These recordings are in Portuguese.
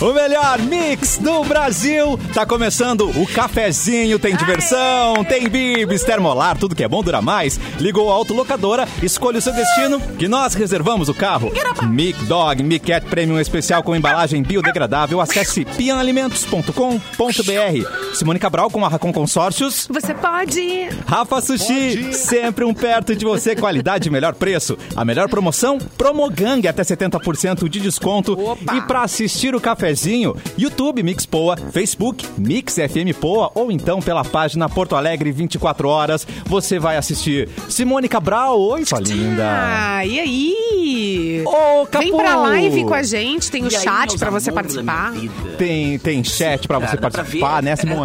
O melhor mix do Brasil. Tá começando o cafezinho, tem diversão, tem bibis, termolar, tudo que é bom dura mais. Ligou a autolocadora, escolha o seu destino, que nós reservamos o carro. Mic Dog, Mic Cat Premium especial com embalagem biodegradável. Acesse pianalimentos.com.br. Simone Cabral com a Racon Consórcios. Você pode. Rafa Sushi, sempre um perto de você, qualidade e melhor preço. A melhor promoção, Promogang, até 70% de desconto. E para assistir o cafezinho, YouTube Mix Poa, Facebook Mix FM Poa ou então pela página Porto Alegre 24 horas, você vai assistir Simone Cabral. Oi, sua linda. Ah, e aí? Ô, Vem Capu. pra live com a gente, tem o chat pra você participar. Tem, tem chat pra você participar, né, Simone?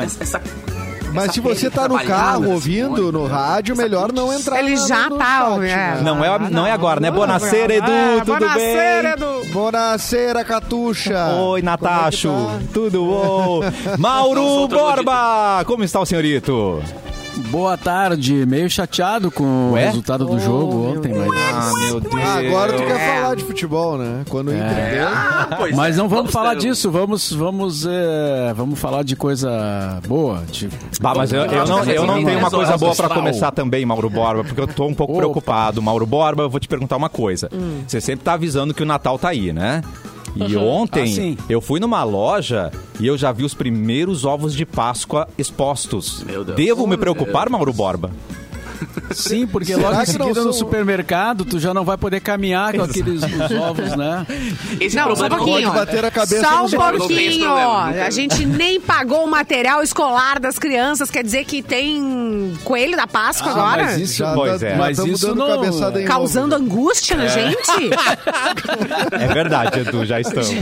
Mas se você tá no carro ouvindo no né? rádio, melhor não entrar. Ele na- já no tá, chat, né? né? Não é, não é agora, né? Bonacera, Edu, Ah, tudo boa bem? cera, Edu. Bonaceira, Catuxa. Oi, Natacho. Tudo bom? Mauro Borba, como está o senhorito? Boa tarde, meio chateado com Ué? o resultado do jogo ontem, mas, meu Deus. É. Ah, agora tu quer É. falar de futebol, né? Quando o Inter ganha, é. mas não vamos falar disso, vamos vamos é, vamos falar de coisa boa, tipo, Bah, mas eu, eu não, eu não tenho uma coisa boa pra começar também, Mauro Borba, porque eu tô um pouco Opa. preocupado. Mauro Borba, eu vou te perguntar uma coisa. Você sempre tá avisando que o Natal tá aí, né? E Ah, ontem sim. eu fui numa loja e eu já vi os primeiros ovos de Páscoa expostos. Meu Deus. Devo me preocupar, Mauro Borba? Sim, porque Será logo em que não seguida são- no supermercado tu já não vai poder caminhar com aqueles os ovos, né? Esse Não, só um problema pouquinho. Pode bater a cabeça só no um chão. Não tem esse pouquinho. problema, não tem. A gente nem pagou o material escolar das crianças. Quer dizer que tem coelho da Páscoa agora? Ah, mas isso, já Pois tá, é. já Mas tamo isso dando não- cabeçada em Causando angústia na gente? É verdade, Edu, já estamos. ovo.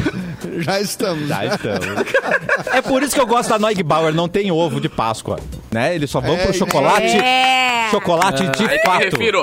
Já estamos. Já estamos. É por isso que eu gosto da Noig Bauer, não tem ovo de Páscoa. Né? Eles só vão É, pro isso. chocolate. É. Chocolate de Aí que me fato. refiro.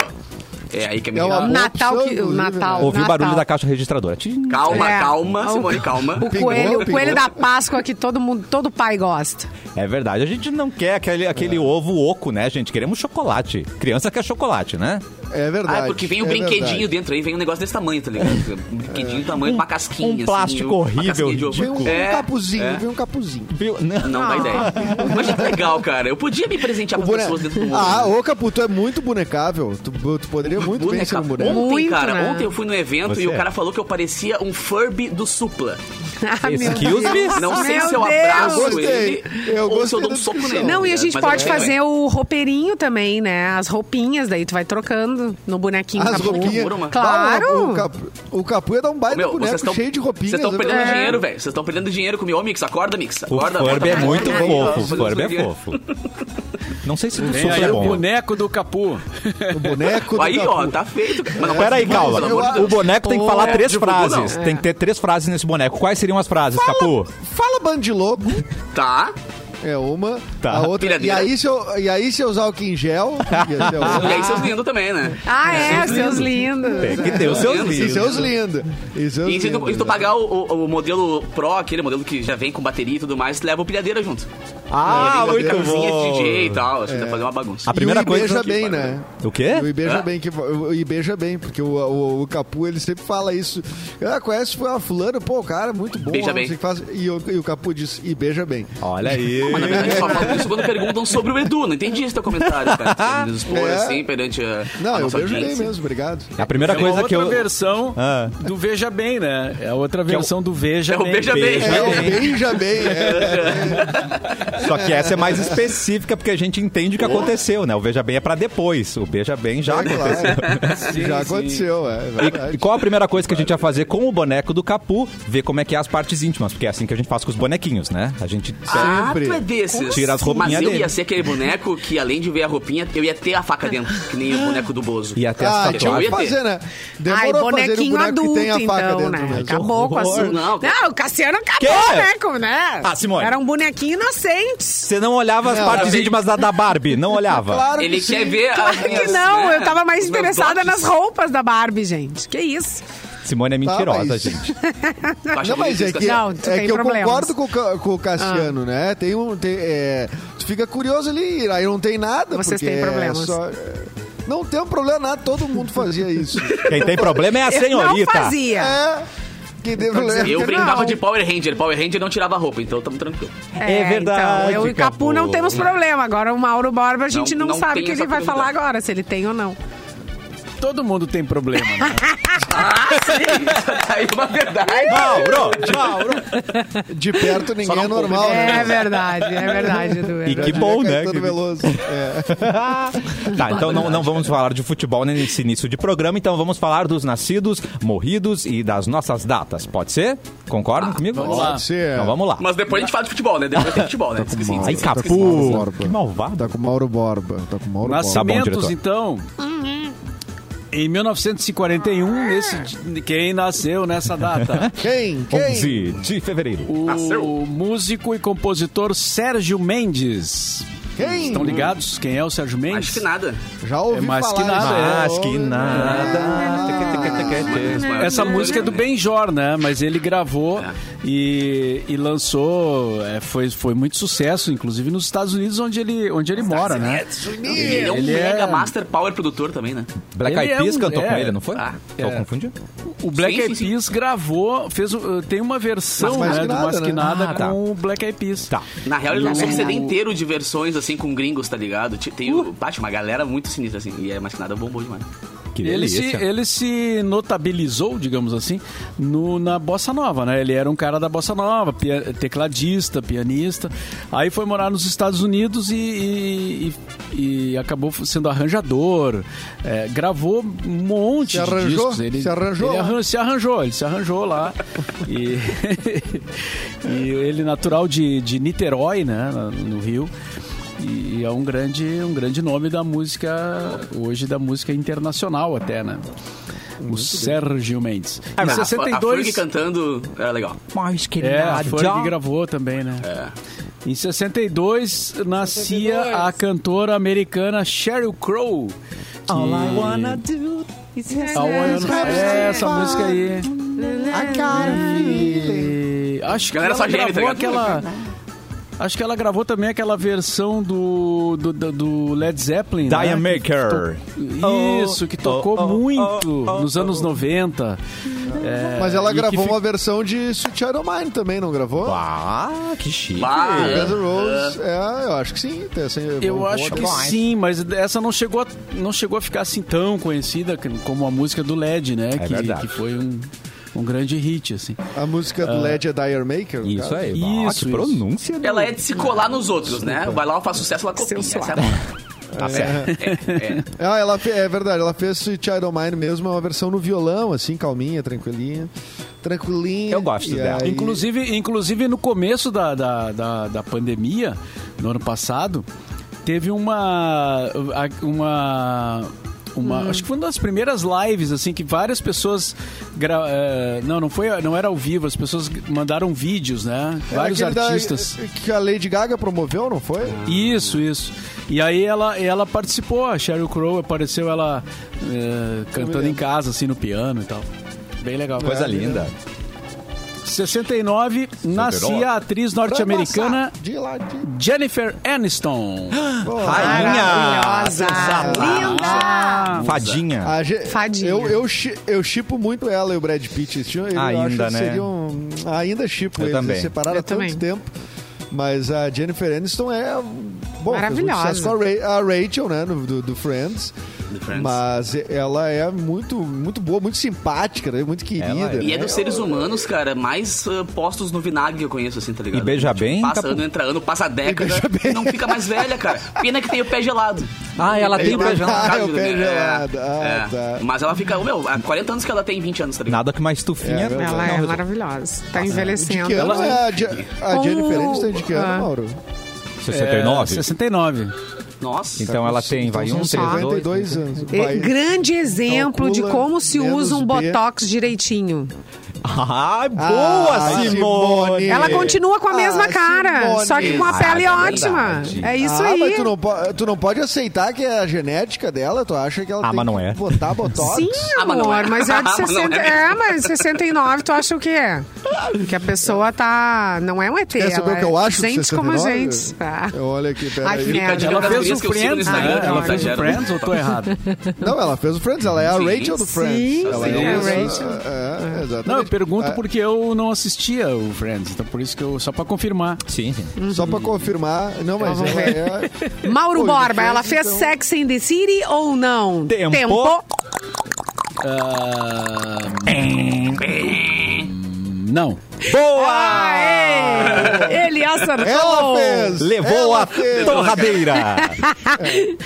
É aí que eu me É uma refiro. boa Natal opção, que- o inclusive, né? Natal. Ouvi o barulho Natal. da caixa registradora. Tim. Calma, É. calma, Ah, o- Simone, calma. O Pingou, coelho, o pingou. coelho da Páscoa que todo mundo, todo pai gosta. É verdade, a gente não quer aquele, aquele ovo oco, né, gente? Queremos chocolate. Criança quer chocolate, né? É verdade. Ah, porque vem é o brinquedinho verdade. É. dentro aí, vem um negócio desse tamanho, tá ligado? Um brinquedinho do tamanho de uma casquinha. um assim, plástico uma horrível, casquinha de ovo. Vem um, É, um capuzinho, é. vem um capuzinho. Viu? Não. Ah. Não dá ideia. Mas é legal, cara. Eu podia me presentear pras Bone- pessoas dentro do mundo. Ah, ô Capu, tu é muito bonecável. Tu, tu poderia muito bem ser um Ontem, boneco. Muito, cara, né? ontem eu fui num evento Você e o é. cara falou que eu parecia um Furby do Supla. Ah, meu Excuse Deus. me? Não sei Meu é um se eu Deus. abraço Eu gostei. ele Eu ou se gostei eu dou da um soco descrição. nele. Não, e a gente é Mas pode eu- é fazer o roupeirinho também, né? As roupinhas, dadaí tu vai trocando no um bonequinho. As Capu. roupinhas. Muro, mano. Ah, Claro! O Capu, o Capu ia dar um baita um Meu, boneco vocês estão cheio de roupinhas. Vocês estão é perdendo verdade. dinheiro, velho. Vocês estão perdendo dinheiro comigo. Ô, Mix, acorda, Mix. né? O Acorda, Furby acorda, é acorda. muito Acorda, fofo, o acorda. Furby é fofo. Não sei se tu Vem supra aí é o bom. boneco do Capu. O boneco do Aí, Capu. ó, tá feito. cara. Mas não Peraí, pode- calma. pelo amor de O Deus. boneco tem que falar Pô, três divulgou, frases. não. Tem que ter três frases nesse boneco. Quais seriam as frases, Capu? Fala bandilobo. Tá. É uma. Tá. A outra. E Piradeira. aí, se eu, e aí se eu usar o em gel. ia ser a Ah. outra. E aí, seus lindos também, né? Ah, é, seus lindos. Tem que ter os seus Isso, E livros. seus lindos. E seus E se tu, lindos. e né? se tu pagar o, o- o modelo Pro, aquele modelo que já vem com bateria e tudo mais, tu leva o pilhadeira junto. Ah, Tem muito camisinha de DJ e bom. tal. Acho que É. vai fazer uma bagunça. A primeira e o Ibeja coisa- É? bem, né? O quê? E o Ibeja Hã? bem, que, o Ibeja bem, porque o, o, o Capu, ele sempre fala isso. Ah, conhece foi a fulano, pô, o cara, é muito bom. Beija ó, não bem. sei o que faz. E, o, e o Capu diz, e beija bem. Olha aí. Mas, na verdade, só falam isso quando perguntam sobre o Edu. Não entendi esse teu comentário, cara. que Você nos expor É. assim perante a. Não, a eu nossa beijo bem audiência. mesmo, obrigado. A primeira É uma coisa outra que eu... versão Ah. do Veja Bem, né? É a outra é o- versão do Veja É o Bem. Veja Bem. Beija É, o bem. beija bem. É. Só que essa é mais específica, porque a gente entende o que aconteceu, né? O Veja Bem é pra depois. O Veja Bem já É aconteceu. claro. Sim, Já sim. aconteceu, é E, verdade. e qual a primeira coisa que a gente ia fazer com o boneco do Capu? Ver como é que é as partes íntimas, porque é assim que a gente faz com os bonequinhos, né? A gente... Ah, Sempre. tu é desses. Tira as assim? roupinhas Mas eu dele. ia ser aquele boneco que, além de ver a roupinha, eu ia ter a faca dentro, que nem o boneco do Bozo. Tipo, E até Ah, as tinha eu que ia tatuagens. fazer, né? Ai, Demorou fazer um bonequinho boneco adulto, que tem a faca então, dentro né? mesmo. Acabou com o horror. assunto. Não, Não, o Cassiano acabou, Quê? né? Com, né? Ah, Simone. Era um bonequinho inocente. Você não olhava as Não, partes eu- íntimas da, da Barbie, não olhava. Claro Ele que sim. quer ver Ah, as Que minhas, não, né, eu tava mais os meus interessada dotes. nas roupas da Barbie, gente. Que isso? Simone é Tá, mentirosa, mas- gente. Tu acha Não, mas é bonito que, isso, assim? Não, é tu tem que eu problemas. concordo com, o Ca- com o Cassiano, né? Tem um. tem, é, tu fica curioso ali, aí não tem nada. Vocês porque têm é problemas. só- é, não tem um problema nada, todo mundo fazia isso. Quem tem problema é a Eu senhorita. não fazia. é. aqui, devo ler. Eu Não. brincava de Power Ranger. Power Ranger não tirava roupa, então tamo tranquilo. É verdade, Então, eu e Capu Capu. não temos problema. Agora o Mauro Borba, a gente não, Não- não sabe tem o que essa ele vai pergunta. falar agora, se ele tem ou não. Todo mundo tem problema, né? Tá Aí uma verdade. Mauro, Mauro. De perto ninguém não é normal, É né? verdade, é verdade, Edu. é E que verdade. bom, né? Caetano que- Veloso. É. tá, então não, não vamos falar de futebol nesse início de programa, então vamos falar dos nascidos, morridos e das nossas datas. Pode ser? Concordam comigo? Ah, vamos lá. Pode ser. Então vamos lá. Mas depois a gente fala de futebol, né? Depois tem futebol, né? Esqueci. Ai, esqueci. Capu. Mauro Borba. Que malvado. Tá com o Mauro Borba. Tá com o Mauro Borba. bom, Nascimentos, diretor. então. Em 1941, esse um, di- quem nasceu nessa data? Quem? Quem? 11 de fevereiro. O Nasceu. músico e compositor Sérgio Mendes. Quem? Estão ligados? Quem é o Sérgio Mendes? Acho que nada. Já ouvi É mais falar. que nada, isso. Mas que nada. Essa Uhum. música é do Benjor, né? Mas ele gravou e, e lançou. é, foi, foi muito sucesso, inclusive nos Estados Unidos, onde ele, onde ele mora, né? Ele é um Ele é- mega master power produtor também, né? Black Ele Eyed é Peas um- cantou com é. ele, não foi? Ah, Tô é. confundindo? O Black Sim, Eyed sim, sim. Peas gravou, fez, o- tem uma versão Mas né, do Masquinada, né? Masquinada Ah, tá. com o Black Eyed Peas. Tá. Na real, ele Na lançou um verdade. CD inteiro de versões, assim, com gringos, tá ligado? Ti- Tem, o bate, uma galera muito sinistra, assim. E é mais que nada bombou demais. Que Ele se, delícia. ele se notabilizou, digamos assim, no- na bossa nova, né? Ele era um cara da bossa nova, pia- tecladista, pianista. Aí foi morar nos Estados Unidos e, e- e- e acabou sendo arranjador. É, gravou um monte Se arranjou? de discos. Ele, Se arranjou? Ele arran- se arranjou, ele se arranjou lá. e, e ele natural de, de Niterói, né? na- No Rio. E é um grande, um grande nome da música, hoje da música internacional até, né? O Sérgio Mendes. É, Em A- a- A 62... Ferg cantando era legal. Mais que É, a nada. Ferg gravou também, né? É. Em 62 nascia a cantora americana Sheryl Crow. que- All I wanna do is Há um ano- É, essa música aí. Ah, E Acho que Galera ela só geme, tá gravou ligado? aquela. Acho que ela gravou também aquela versão do, do, do- do Led Zeppelin. né? Diane Maker. Isso, que tocou Oh, oh, oh, muito oh, nos anos 90. É, Mas ela e que gravou fi- uma versão de Sweet Child O' Mine também, não gravou? Ah, que chique. Bah, Guns N' Roses, é, eu acho que sim. Tem essa- Eu boa- acho que boa- sim, mas essa não chegou, a, não chegou a ficar assim tão conhecida como a música do LED, né? que, É verdade. que foi um, um grande hit, assim. A música do Led é Dire Maker. no Isso caso. aí. Isso, Isso, que isso. pronúncia. do- Ela é de se colar nos outros, né? Vai lá, faz sucesso, ela copia. Essa é a moda. Tá certo. É, é. Ah, ela fe- é verdade, ela fez Sweet Child O' Mine mesmo, é uma versão no violão, assim, calminha, tranquilinha. Tranquilinha. Eu gosto E dela. aí- Inclusive, inclusive no começo da, da, da, da pandemia, no ano passado, teve uma. a- uma uma, Hum. Acho que foi uma das primeiras lives, assim, que várias pessoas. gra- eh, não, não, foi, não era ao vivo, as pessoas mandaram vídeos, né? Era Vários É, aquele da- artistas. que a Lady Gaga promoveu, não foi? Isso, isso. E aí ela, ela participou, a Sheryl Crow apareceu ela eh, cantando em casa, assim, no piano e tal. Bem legal. Coisa linda. é. 69, nascia a atriz norte-americana De lá, de... Jennifer Aniston. Rainha. Maravilhosa. Linda. Fadinha. A ge- Fadinha. Eu, eu, chi- eu chipo muito ela e o Brad Pitt. Eles tinham- Eu Ainda, acho que né? seriam, ainda chipo Eu eles. também. Eles separaram Eu há tanto também. tempo. Mas a Jennifer Aniston é... Bom, fez muito Maravilhosa. sucesso com a, Ra- a Rachel, né? no- do, do Friends. Do Friends. Mas ela é muito, muito boa, muito simpática, né, muito querida. é. E né? é dos seres humanos, cara, mais ah, postos no vinagre que eu conheço, assim, tá ligado? E beija bem, Passa Capu? ano, entra ano, passa década beija bem. e não fica mais velha, cara. Pena que tem o pé gelado. Ah, ela tem o pé gelado. Ah, é o Sabe, pé né? gelado. Ah, É. tá. Mas ela fica, meu, há 40 anos que ela tem, 20 anos, tá ligado? Nada que uma estufinha. É verdade. Ela é maravilhosa. Tá De envelhecendo. que ano é a, Je- a Como- Jennifer Aniston? De que Ah. ano, Mauro? É, 69. 69. Nossa. Então ela tem, vai, um, são três, dois. 52 anos. É Vai. grande exemplo de Calcula como se usa um menos B. botox direitinho. Ai, boa, Ah, Simone. Simone. Ela continua com a Ah, mesma cara, Simone. só que com a Ah, pele é ótima. verdade. É isso ah, aí. Mas tu, não po- tu não pode aceitar que é a genética dela? Tu acha que ela Ah, tem mas não que é. botar botox? Sim, Ah, mas não amor, é. mas é de Ah, mas não é 60. É, mas 69, tu acha o que é? Que a pessoa tá. Não é um ET. Quer ela saber o que é eu acho? de Gente como a 69? gente. Ah. Olha aqui, Ai, que peraí. merda. Fica a dica Ela das fez gurias que eu sigo no né? Instagram. que Ela me fez o exageram. Friends ou tô errado? Não, ela fez o Friends, ela é a Sim, Rachel do Friends. sim, ela sim, é a isso, é, exatamente. Não, eu pergunto Ah, porque eu não assistia o Friends, então por isso que eu. Só pra confirmar. Sim, sim. Só uhum. pra confirmar, não, mas ela é. Mauro Pô, Borba, gente, ela fez então- Sex in the City ou não? Tempo. Ah, Ah. não. Ah, Boa! Aê! Ele acertou! Ela fez! Oh, Levou ela a fez, torradeira!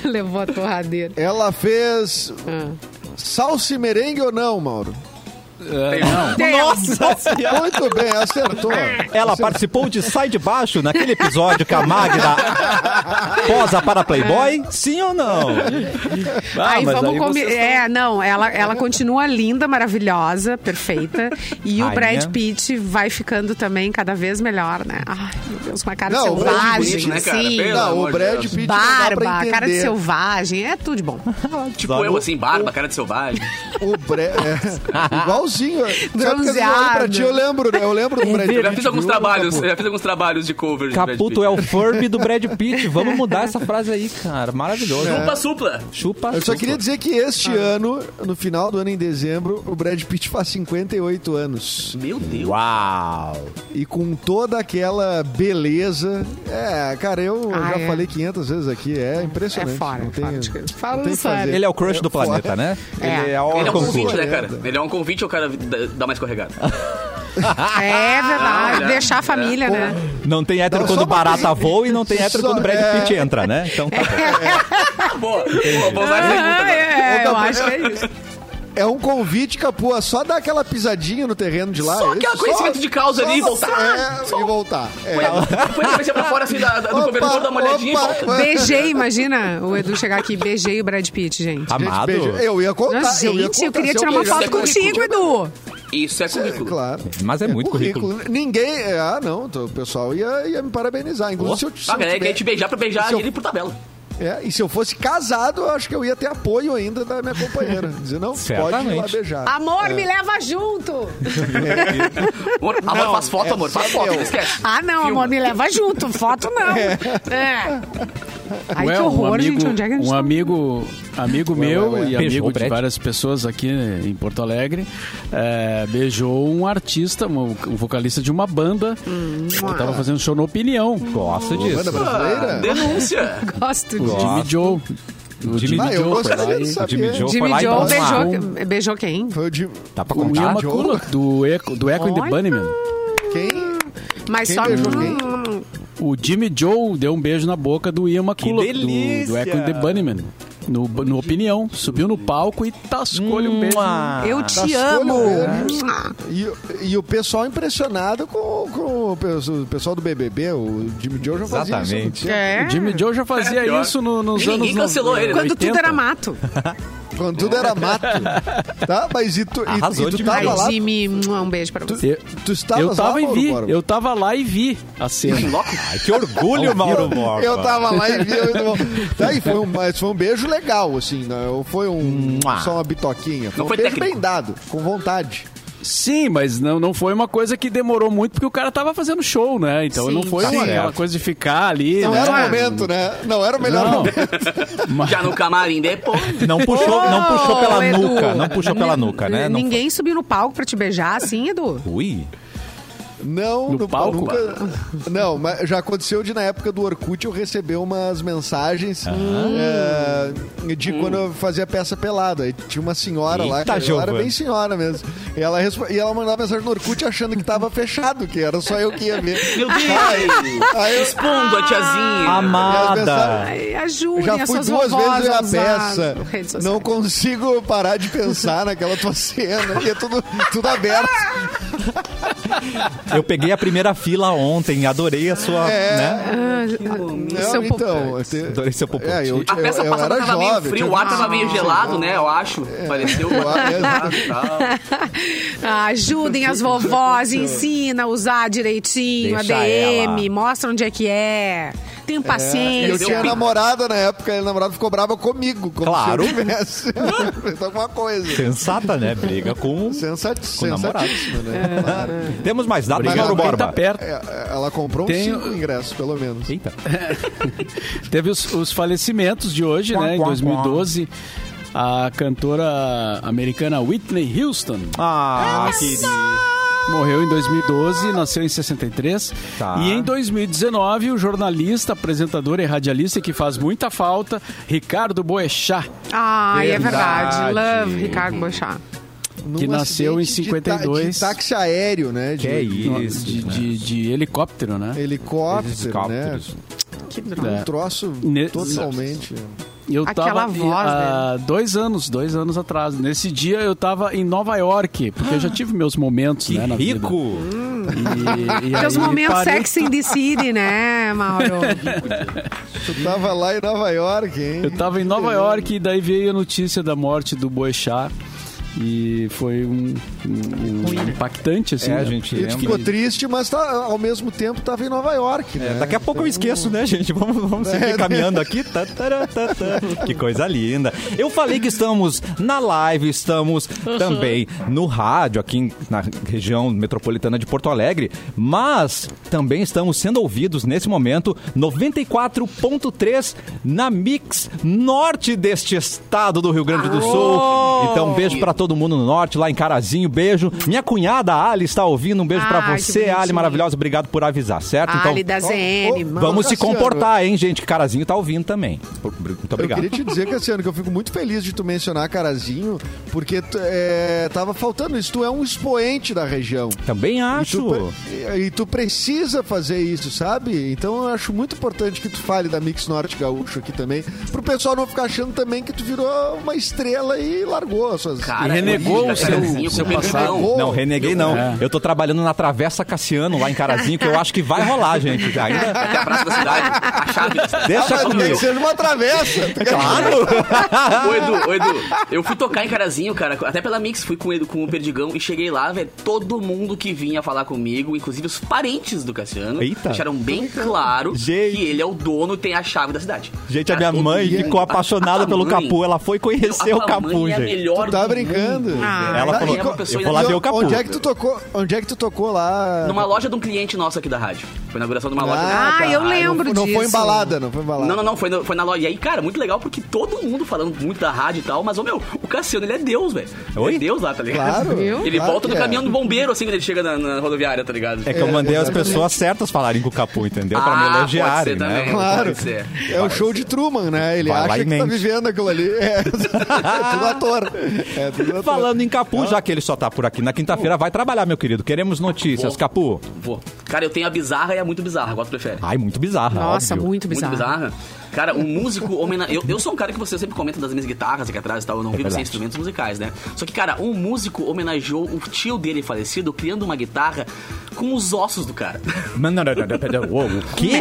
Levou a torradeira. Ela fez. Ah. Salsa e merengue ou não, Mauro? Ah, Nossa senhora! Muito bem, acertou. Ela participou de Sai de Baixo naquele episódio que a Magda posa para Playboy? Sim ou não? não. Ah, aí mas vamos aí comi- vocês É, não, ela, ela continua linda, maravilhosa, perfeita. E Rainha. o né? Brad Pitt vai ficando também cada vez melhor, né? Ai, meu Deus, uma cara Não, o Brad selvagem, Pitt, né, cara? assim. Pelo Não, amor o de Brad Deus. Pitt não dá pra Barba, entender. cara de selvagem, é tudo de bom. Tipo eu, assim, barba, cara de selvagem. O Bre... é, igualzinho. Sabe que às vezes eu olho pra Bronzeado. ti, eu lembro, né? Eu lembro do Brad Eu Pitt. já fiz alguns viu, trabalhos, eu Capu? já fiz alguns trabalhos de cover de Brad Caputo Pitt. é o Furby do Brad Pitt. Vamos mudar essa frase aí, cara. Maravilhoso. Chupa supla. Chupa, Eu só chupa. queria dizer que este Ah. ano, no final do ano, em dezembro, o Brad Pitt faz 58 anos. Meu Deus. Uau! E com toda aquela beleza. É, cara, eu Ah, já é. falei 500 vezes aqui. É impressionante. É fora, não é fora de coisa. Fala não tem no o que fazer. sério. Ele é o crush do fora. planeta, né? É. Ele é o Ele é um concurso. convite, né, cara? merda. Ele é um convite ou o cara dá- dá mais corregada? É Ah, verdade, olha. deixar a família, né? Não tem hétero Não, só quando uma barata voa e não tem hétero Só- quando Brad é. Pitt entra, né? Então tá bom. Tá Boa, boa, vou tá usar essa pergunta Ah, agora. é, Ô, eu Gabriel. acho que é isso. É um convite, Capua, só dar aquela pisadinha no terreno de lá. Só é aquele isso? conhecimento de causa ali e só- voltar. É, Só- E voltar. É. Põe a cabeça pra fora assim da, da, do Opa, cobertor, dá uma olhadinha opa. e volta. Beijei, imagina o Edu chegar aqui, beijei o Brad Pitt, gente. Gente, tá Amado. beijo. Eu ia contar. Nossa, Ah, tá, eu ia gente, eu contar, queria se tirar uma beijar- foto beijar, contigo, Edu. Isso é É, currículo. claro. Mas é muito Ninguém. é, Ah, não. então, o pessoal ia, ia me parabenizar. Inclusive, se eu se Ah, eu a galera tiver- quer te beijar pra beijar se eu- ele por tabela. É, e se eu fosse casado, eu acho que eu ia ter apoio ainda da minha companheira. Dizer, não, pode ir lá Certamente. beijar. Amor, me leva junto. Amor, amor, faz foto, é amor, só faz foto, meu. não esquece. Ah, não, amor, me leva junto. Foto não. É. Ai, Ué, que horror, um amigo, gente. Onde é que a gente um tá? amigo, amigo meu ué, ué. e Beijou o amigo de Brad. várias pessoas aqui em Porto Alegre é, beijou um artista, um, um vocalista de uma banda Hum, que tava fazendo show na opinião. Gosto Banda disso. Ah, brasileira? denúncia. Gosto de... Gosto. Jimmy Joe. O Jimmy, Ah, eu Joe foi lá gostaria de e O saber. Jimmy Joe foi Jimmy lá e então. Joe dá Ah, uma- um- beijou, beijou quem? Foi o de... Dá Tá pra o Ian contar? Ah, Joe? McCulloch, do Echo, do Echo and the Olha. Bunnymen. Quem? Mas Quem só... Hum, beijou quem? O Jimmy Joe deu um beijo na boca do Ian McCulloch, do, do delícia! Echo and the Bunnymen. No, no Opinião. Subiu no palco e tascou-lhe um beijo. Eu te Tascou-lhe amo. um E, e o pessoal impressionado com, com o pe- o pessoal do BBB, o Jimmy Joe já fazia isso há muito Exatamente. tempo. É. O Jimmy Joe já É, fazia pior. isso no- nos Ninguém anos cancelou ele, né? Quando tudo 80. era mato. Quando tudo era mato. Tá? Mas e tu, e- Arrasou e tu demais. tava Tá lá? Ai, Jimmy, um beijo pra você. Eu, Tu estavas eu tava lá, e vi, Mauro Borba? eu tava lá e vi a cena. Ai, que orgulho, Mauro Borba. Eu tava lá e vi. Eu... Tá, e foi um, mas foi um beijo legal, assim. Não foi um, Mua. só uma bitoquinha. Foi Não um foi beijo técnico. bem dado, com vontade. Sim, mas não, não foi uma coisa que demorou muito, porque o cara tava fazendo show, né? Então Sim. não foi Sim. uma, aquela coisa de ficar ali. Não né? era o momento, né? Não era o melhor Não. momento. Já no camarim depois. Não puxou, não puxou pela Ô, Edu, nuca, não puxou pela nin- nuca, né? Não Ninguém subiu no palco pra te beijar assim, Edu? foi- Ui. Não, No palco? nunca- Não, mas já aconteceu de na época do Orkut eu receber umas mensagens eh, de quando eu fazia peça pelada. E tinha uma senhora lá, Eita, que ela era Giovana. bem senhora mesmo. E ela, respo- e ela mandava mensagem no Orkut achando que tava fechado, que era só eu que ia ver. Meu Deus. Aí, aí eu- Expondo a tiazinha. Amada. Ai, ajudem Já fui essas duas vovós vezes ver a a usar peça. redes sociais. Não consigo parar de pensar naquela tua cena. E é tudo, tudo aberto. Eu peguei a primeira fila ontem, adorei a sua, É. né? Seu Não, pop- então. eu te- Adorei seu popote. É, eu, A peça eu, eu passada era tava jovem. meio eu frio, tinha o ar tava 25 meio gelado, né? Eu acho. Pareceu. é, Ah, Ajudem as vovós, ensina a usar direitinho, Deixa ADM, ela. mostra onde é que é. tenho E eu paciência. tinha namorada na época, e o namorado ficou bravo comigo. Como Claro. Se eu tivesse. Fez alguma coisa. Sensata, né? Briga com. Sensati Com namorado. sensatíssima, É. né? Claro. Temos mais dados, Obrigado. Mauro Alguém Borba. tá perto. É, Ela comprou uns Tem- cinco ingressos, pelo menos. Eita. Teve os, os falecimentos de hoje, né? Em 2012, a cantora americana Whitney Houston Ah, querido. morreu em 2012, nasceu em 63. Tá. E em 2019, o jornalista, apresentador e radialista que faz muita falta, Ricardo Boechat, Ai, é verdade. Verdade. Love, Ricardo Tá Bochá. Num Que nasceu em acidente de ta- 52. De, táxi aéreo, né? Que é isso. de, né? de- de helicóptero, né? Helicóptero, né? Helicópteros. Que droga. Um troço Ne- totalmente. E Eu Aquela tava, e, voz há dois anos, dois anos atrás. Nesse dia eu tava em Nova York, porque eu já tive meus momentos, Que né, na vida. rico. E, e Teus aí momentos parei- sexy in the city, né, Mauro? Tu tava lá em Nova York, hein? Eu tava em Nova York e daí veio a notícia da morte do Boechat. E foi um, um- um impactante, assim. É, a né? gente E tu ficou lembra. triste, mas tá, ao mesmo tempo tava em Nova York, né? É, daqui a pouco eu esqueço, né, gente? Vamos, vamos seguir caminhando aqui. Tá, tará, tá, tá. Que coisa linda. Eu falei que estamos na live, estamos Uhum. também no rádio, aqui em- na região metropolitana de Porto Alegre, mas também estamos sendo ouvidos nesse momento 94.3 na Mix Norte deste estado do Rio Grande do Sul. Então, um beijo pra todo mundo no norte, lá em Carazinho, beijo. Minha cunhada Ali está ouvindo, um beijo pra Ai, que você, Ali bonitinha. maravilhosa. Obrigado por avisar, certo? Então, Ali da ZN, oh, mano. Vamos se Cassiano. comportar, hein, gente? Que Carazinho tá ouvindo também. Muito É, Eu obrigado. queria te dizer, Cassiano, que eu fico muito feliz de tu mencionar Carazinho, porque tu- é, tava faltando isso. Tu é um expoente da região. Também E acho. tu, pre- e tu precisa fazer isso, sabe? Então eu acho muito importante que tu fale da Mix Norte Gaúcho aqui também, pro pessoal não ficar achando também que tu virou uma estrela e largou as suas... Cara, renegou eu o ia seu- Carazinho seu com né, passado. Pedrão. Renegou. Não, reneguei não. Eu tô trabalhando na Travessa Cassiano, lá em Carazinho, que eu acho que vai rolar, gente. Ainda... Até a praça da cidade. A chave da cidade. Deixa Mas tem comigo. que ser uma travessa. Ô, Edu, ô, Edu, eu fui tocar em Carazinho, cara, até pela Mix, fui com o, Edu, com o Perdigão e cheguei lá, velho, todo mundo que vinha falar comigo, inclusive os parentes do Cassiano, Eita. deixaram bem claro Gente. que ele é o dono e tem a chave da cidade. Gente, a Cara, minha mãe todo mundo- ficou apaixonada a pelo mãe- Capu. Ela foi conhecer a o tua Capu, mãe é a gente. melhor Tu tá do brincando. mundo, Ah. velho. Ela Ela falou, é uma pessoa eu vou lá ver o inacreditável. Capu. Onde é que tu tocou? Onde é que tu tocou lá? Ah, Numa loja de um cliente nosso aqui da rádio. Foi na inauguração de uma loja. Ah, eu lembro não, Não foi disso. embalada, não foi embalada. Não, não, não, foi, no- foi na loja. E aí, cara, muito legal porque todo mundo falando muito da rádio e tal, mas, ô meu, o Cassiano, ele é Deus, velho. Ele Oi? é Deus lá, tá ligado? Claro. Viu? Ele claro volta que no é. caminhão do bombeiro, assim, quando ele chega na, na rodoviária, tá ligado? É que eu mandei as exatamente. pessoas certas falarem com o Capu, entendeu? Pra Ah, me pode elogiarem, ser né? também. Claro. Pode ser. É o show de Truman, né? Ele Vai lá acha e que tá mente. vivendo aquilo ali. É, é tudo ator. É tudo ator. Falando em Capu, já que ele só tá por aqui na quinta-feira, vai trabalhar, meu querido. Queremos notícias, Bom. Capu. Pô, cara, eu tenho a bizarra e a muito bizarra. Qual tu prefere? Ai, muito bizarro. Nossa, Tá óbvio. muito Muito bizarro. bizarra. Cara, um músico homena... eu, eu sou um cara que você sempre comenta das minhas guitarras aqui atrás e tal, eu não vivo É verdade. sem instrumentos musicais, né? Só que, cara, um músico homenageou o tio dele falecido criando uma guitarra com os ossos do cara. Mano, não, não, não, não, não. Uou, O quê?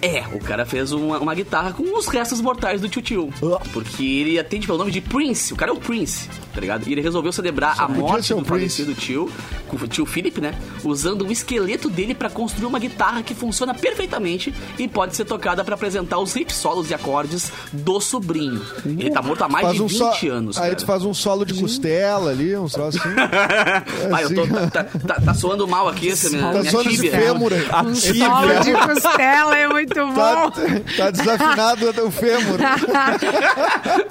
É. É, o cara fez uma, uma guitarra com os restos mortais do tio tio. Porque ele atende pelo nome de Prince. O cara é o Prince, tá ligado? E ele resolveu celebrar a podia morte ser um do Prince. falecido tio, com o tio Philip, né? Usando o esqueleto dele pra construir uma guitarra que funciona perfeitamente e pode ser tocada pra apresentar os riffs solos e acordes do sobrinho. Ele tá morto há mais Faz de um 20 só- anos. Aí cara. tu faz um solo de costela ali, uns troços assim. Vai, eu tô, tá, tá, tá- tá soando mal aqui essa minha, Tá minha solo de tíbia. fêmur. aí. A tíbia. Um Solo de costela é muito Tá, bom. tá desafinado até o fêmur.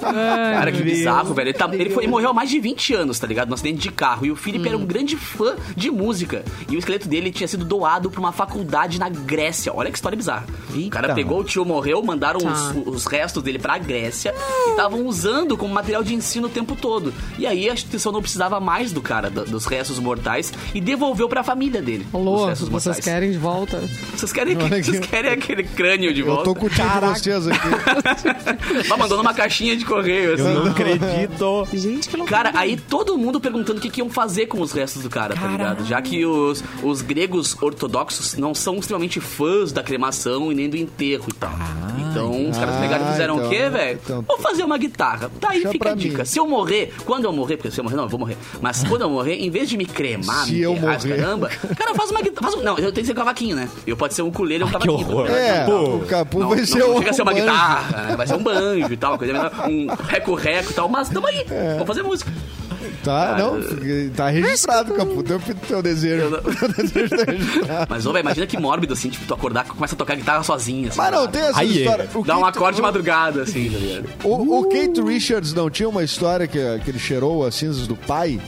Cara, que bizarro, velho. Ele, tá- ele foi, ele morreu há mais de 20 anos, tá ligado? Num acidente de carro. E o Felipe era um Hum. grande fã de música. E o esqueleto dele tinha sido doado pra uma faculdade na Grécia. Olha que história bizarra. O cara pegou, o tio morreu, mandaram Tá. os, os restos dele pra Grécia e estavam usando como material de ensino o tempo todo. E aí a instituição não precisava mais do cara, do- dos restos mortais, e devolveu pra família dele. os Alô, restos vocês mortais. querem de volta? Vocês querem, que- vocês querem aquele crânio de Eu tô volta? curtindo vocês aqui. Mas mandou numa caixinha de correio, assim. Eu não acredito. Gente, que loucura. Cara, aí todo mundo perguntando o que, que iam fazer com os restos do cara, tá ligado? Já que os, os gregos ortodoxos não são extremamente fãs da cremação e nem do enterro e tal. então os caras ah, pegaram e fizeram então, o quê, velho? então- Vou fazer uma guitarra. Tá aí, Deixa fica pra a dica. mim. Se eu morrer, quando eu morrer, porque se eu morrer, não, eu vou morrer. Mas quando eu morrer, em vez de me cremar, Se me eu enterrar, morrer. caramba, cara, faz uma guitarra. Faz um, não, eu tenho que ser um cavaquinho, né? Eu pode ser um ukulele ou um que cavaquinho. horror. tá ligado? Capu. É, O Capu Não, vai não ser um. chega a ser uma banjo. guitarra, né? vai ser um banjo e tal, uma coisa menor, um reco-reco e tal, mas tamo aí, É. vamos fazer música. Tá, Ah, não, tá registrado, Capu. Teu, teu desejo. Eu não- Teu desejo tá registrado. Mas, ô, velho, imagina que mórbido, assim, tipo, tu acordar e começa a tocar guitarra sozinha. Assim, Mas não tem essa Aí, é. história. O Dá um Keith- acorde de o- madrugada, assim, tá ligado? O, o Kate Richards não tinha uma história que, que ele cheirou as cinzas do pai?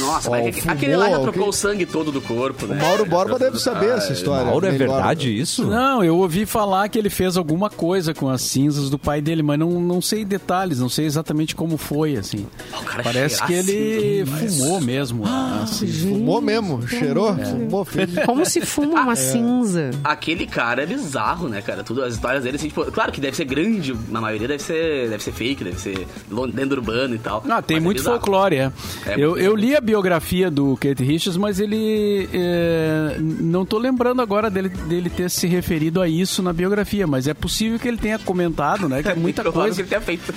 Nossa, Ó, mas o aquele- fumô, aquele lá já trocou ok. o sangue todo do corpo, né? O Mauro Borba Já- deve saber assim. Ah, essa história. Mauro, é melhor. verdade isso? Não, eu ouvi falar que ele fez alguma coisa com as cinzas do pai dele, mas não, não sei detalhes, não sei exatamente como foi, assim. O Tá cara é Parece cheirar que ele cinza, fumou mesmo. Ah, assim. Fumou mesmo, cheirou, fumou, fez. Como se fuma uma cinza? Aquele cara é bizarro, né, cara? Tudo, as histórias dele, assim, tipo, claro que deve ser grande, na maioria deve ser, deve ser fake, deve ser lo- lenda urbana e tal. Ah, tem mas é muito bizarro. folclore, é. É, eu, porque- eu li a biografia do Kate Richards, mas ele. é, não tô lembrando agora dele, dele ter se referido a isso na biografia, mas é possível que ele tenha comentado, né? Que é muita Provável que coisa. ele tenha feito.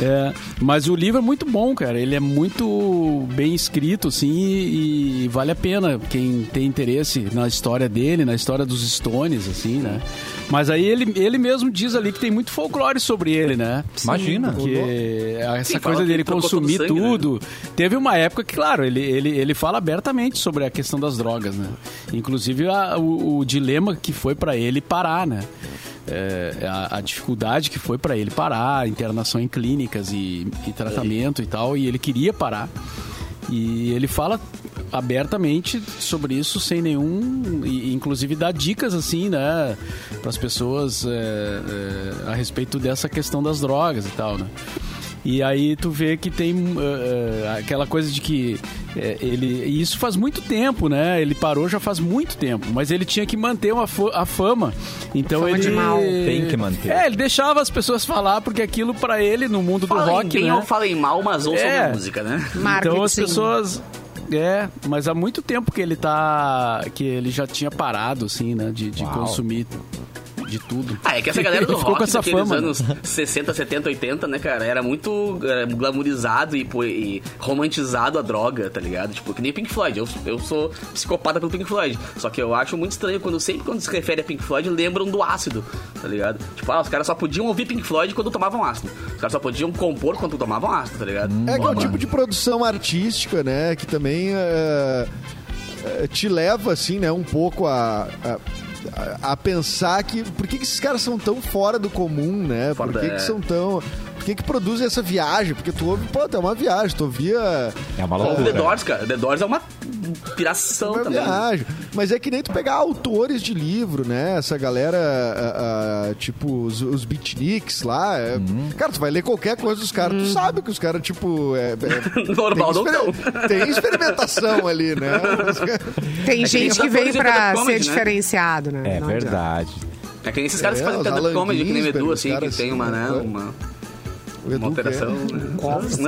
É, mas o livro é muito bom, cara. Ele é muito bem escrito, assim, e, e vale a pena quem tem interesse na história dele, na história dos Stones, assim, né? Mas aí ele, ele mesmo diz ali que tem muito folclore sobre ele, né? Imagina. Porque essa Sim, fala coisa que dele trocou todo consumir o sangue, né? tudo. Teve uma época que, claro, ele, ele, ele fala abertamente sobre a questão das drogas, né? Inclusive a- o, o dilema que foi pra ele parar, né? É, a, a dificuldade que foi pra ele parar, internação em clínicas e, e tratamento e tal, e ele queria parar. E ele fala abertamente sobre isso sem nenhum e, inclusive dá dicas assim né para as pessoas é, é, a respeito dessa questão das drogas e tal né e aí tu vê que tem eh, eh, aquela coisa de que eh, ele e isso faz muito tempo né ele parou já faz muito tempo mas ele tinha que manter uma fo- a fama então Fama ele de mal. Tem que manter. é ele deixava as pessoas falar porque aquilo para ele no mundo do Falem rock bem né? ou falem mal, mas ouçam É. a música, né? Marketing. Então as pessoas. É, mas há muito tempo que ele tá. que ele já tinha parado, assim, né? De, de consumir de tudo. Ah, é que essa galera do Ele ficou rock com essa daqueles fama, né? anos 60, 70, 80, né, cara, era muito é, glamourizado e, pô, e romantizado a droga, tá ligado? Tipo, que nem Pink Floyd. Eu, eu sou psicopata pelo Pink Floyd. Só que eu acho muito estranho quando sempre quando se refere a Pink Floyd lembram do ácido, tá ligado? Tipo, ah, os caras só podiam ouvir Pink Floyd quando tomavam ácido. Os caras só podiam compor quando tomavam ácido, tá ligado? É que é um Pô, tipo de produção artística, né? Que também eh, eh, te leva, assim, né? Um pouco a... a- a- a pensar que por que, que esses caras são tão fora do comum, né? Fora por da- que, que são tão. Por que, que produzem essa viagem? Porque tu ouve, pô, é uma viagem, tu ouvia É uma Ou The né? loucura. Doors, cara. The Doors é uma piração Uma também. né? viagem. Mas é que nem tu pegar autores de livro, né? Essa galera, ah, ah, tipo, os, os beatniks lá. é- Cara, tu vai ler qualquer coisa dos caras, tu sabe que os caras, tipo. É, é- Normal tem, não tão. tem experimentação ali, né? Os caras- Tem É que nem gente que os veio atores pra da ser comedy, né? diferenciado, né? É Não adianta. verdade. É que nem esses caras É, que fazem os stand-up Alan comedy, que nem o Edu, assim, Ginsberg, os que caras tem uma, assim, né, né? uma, O Edu uma alteração. quer. né?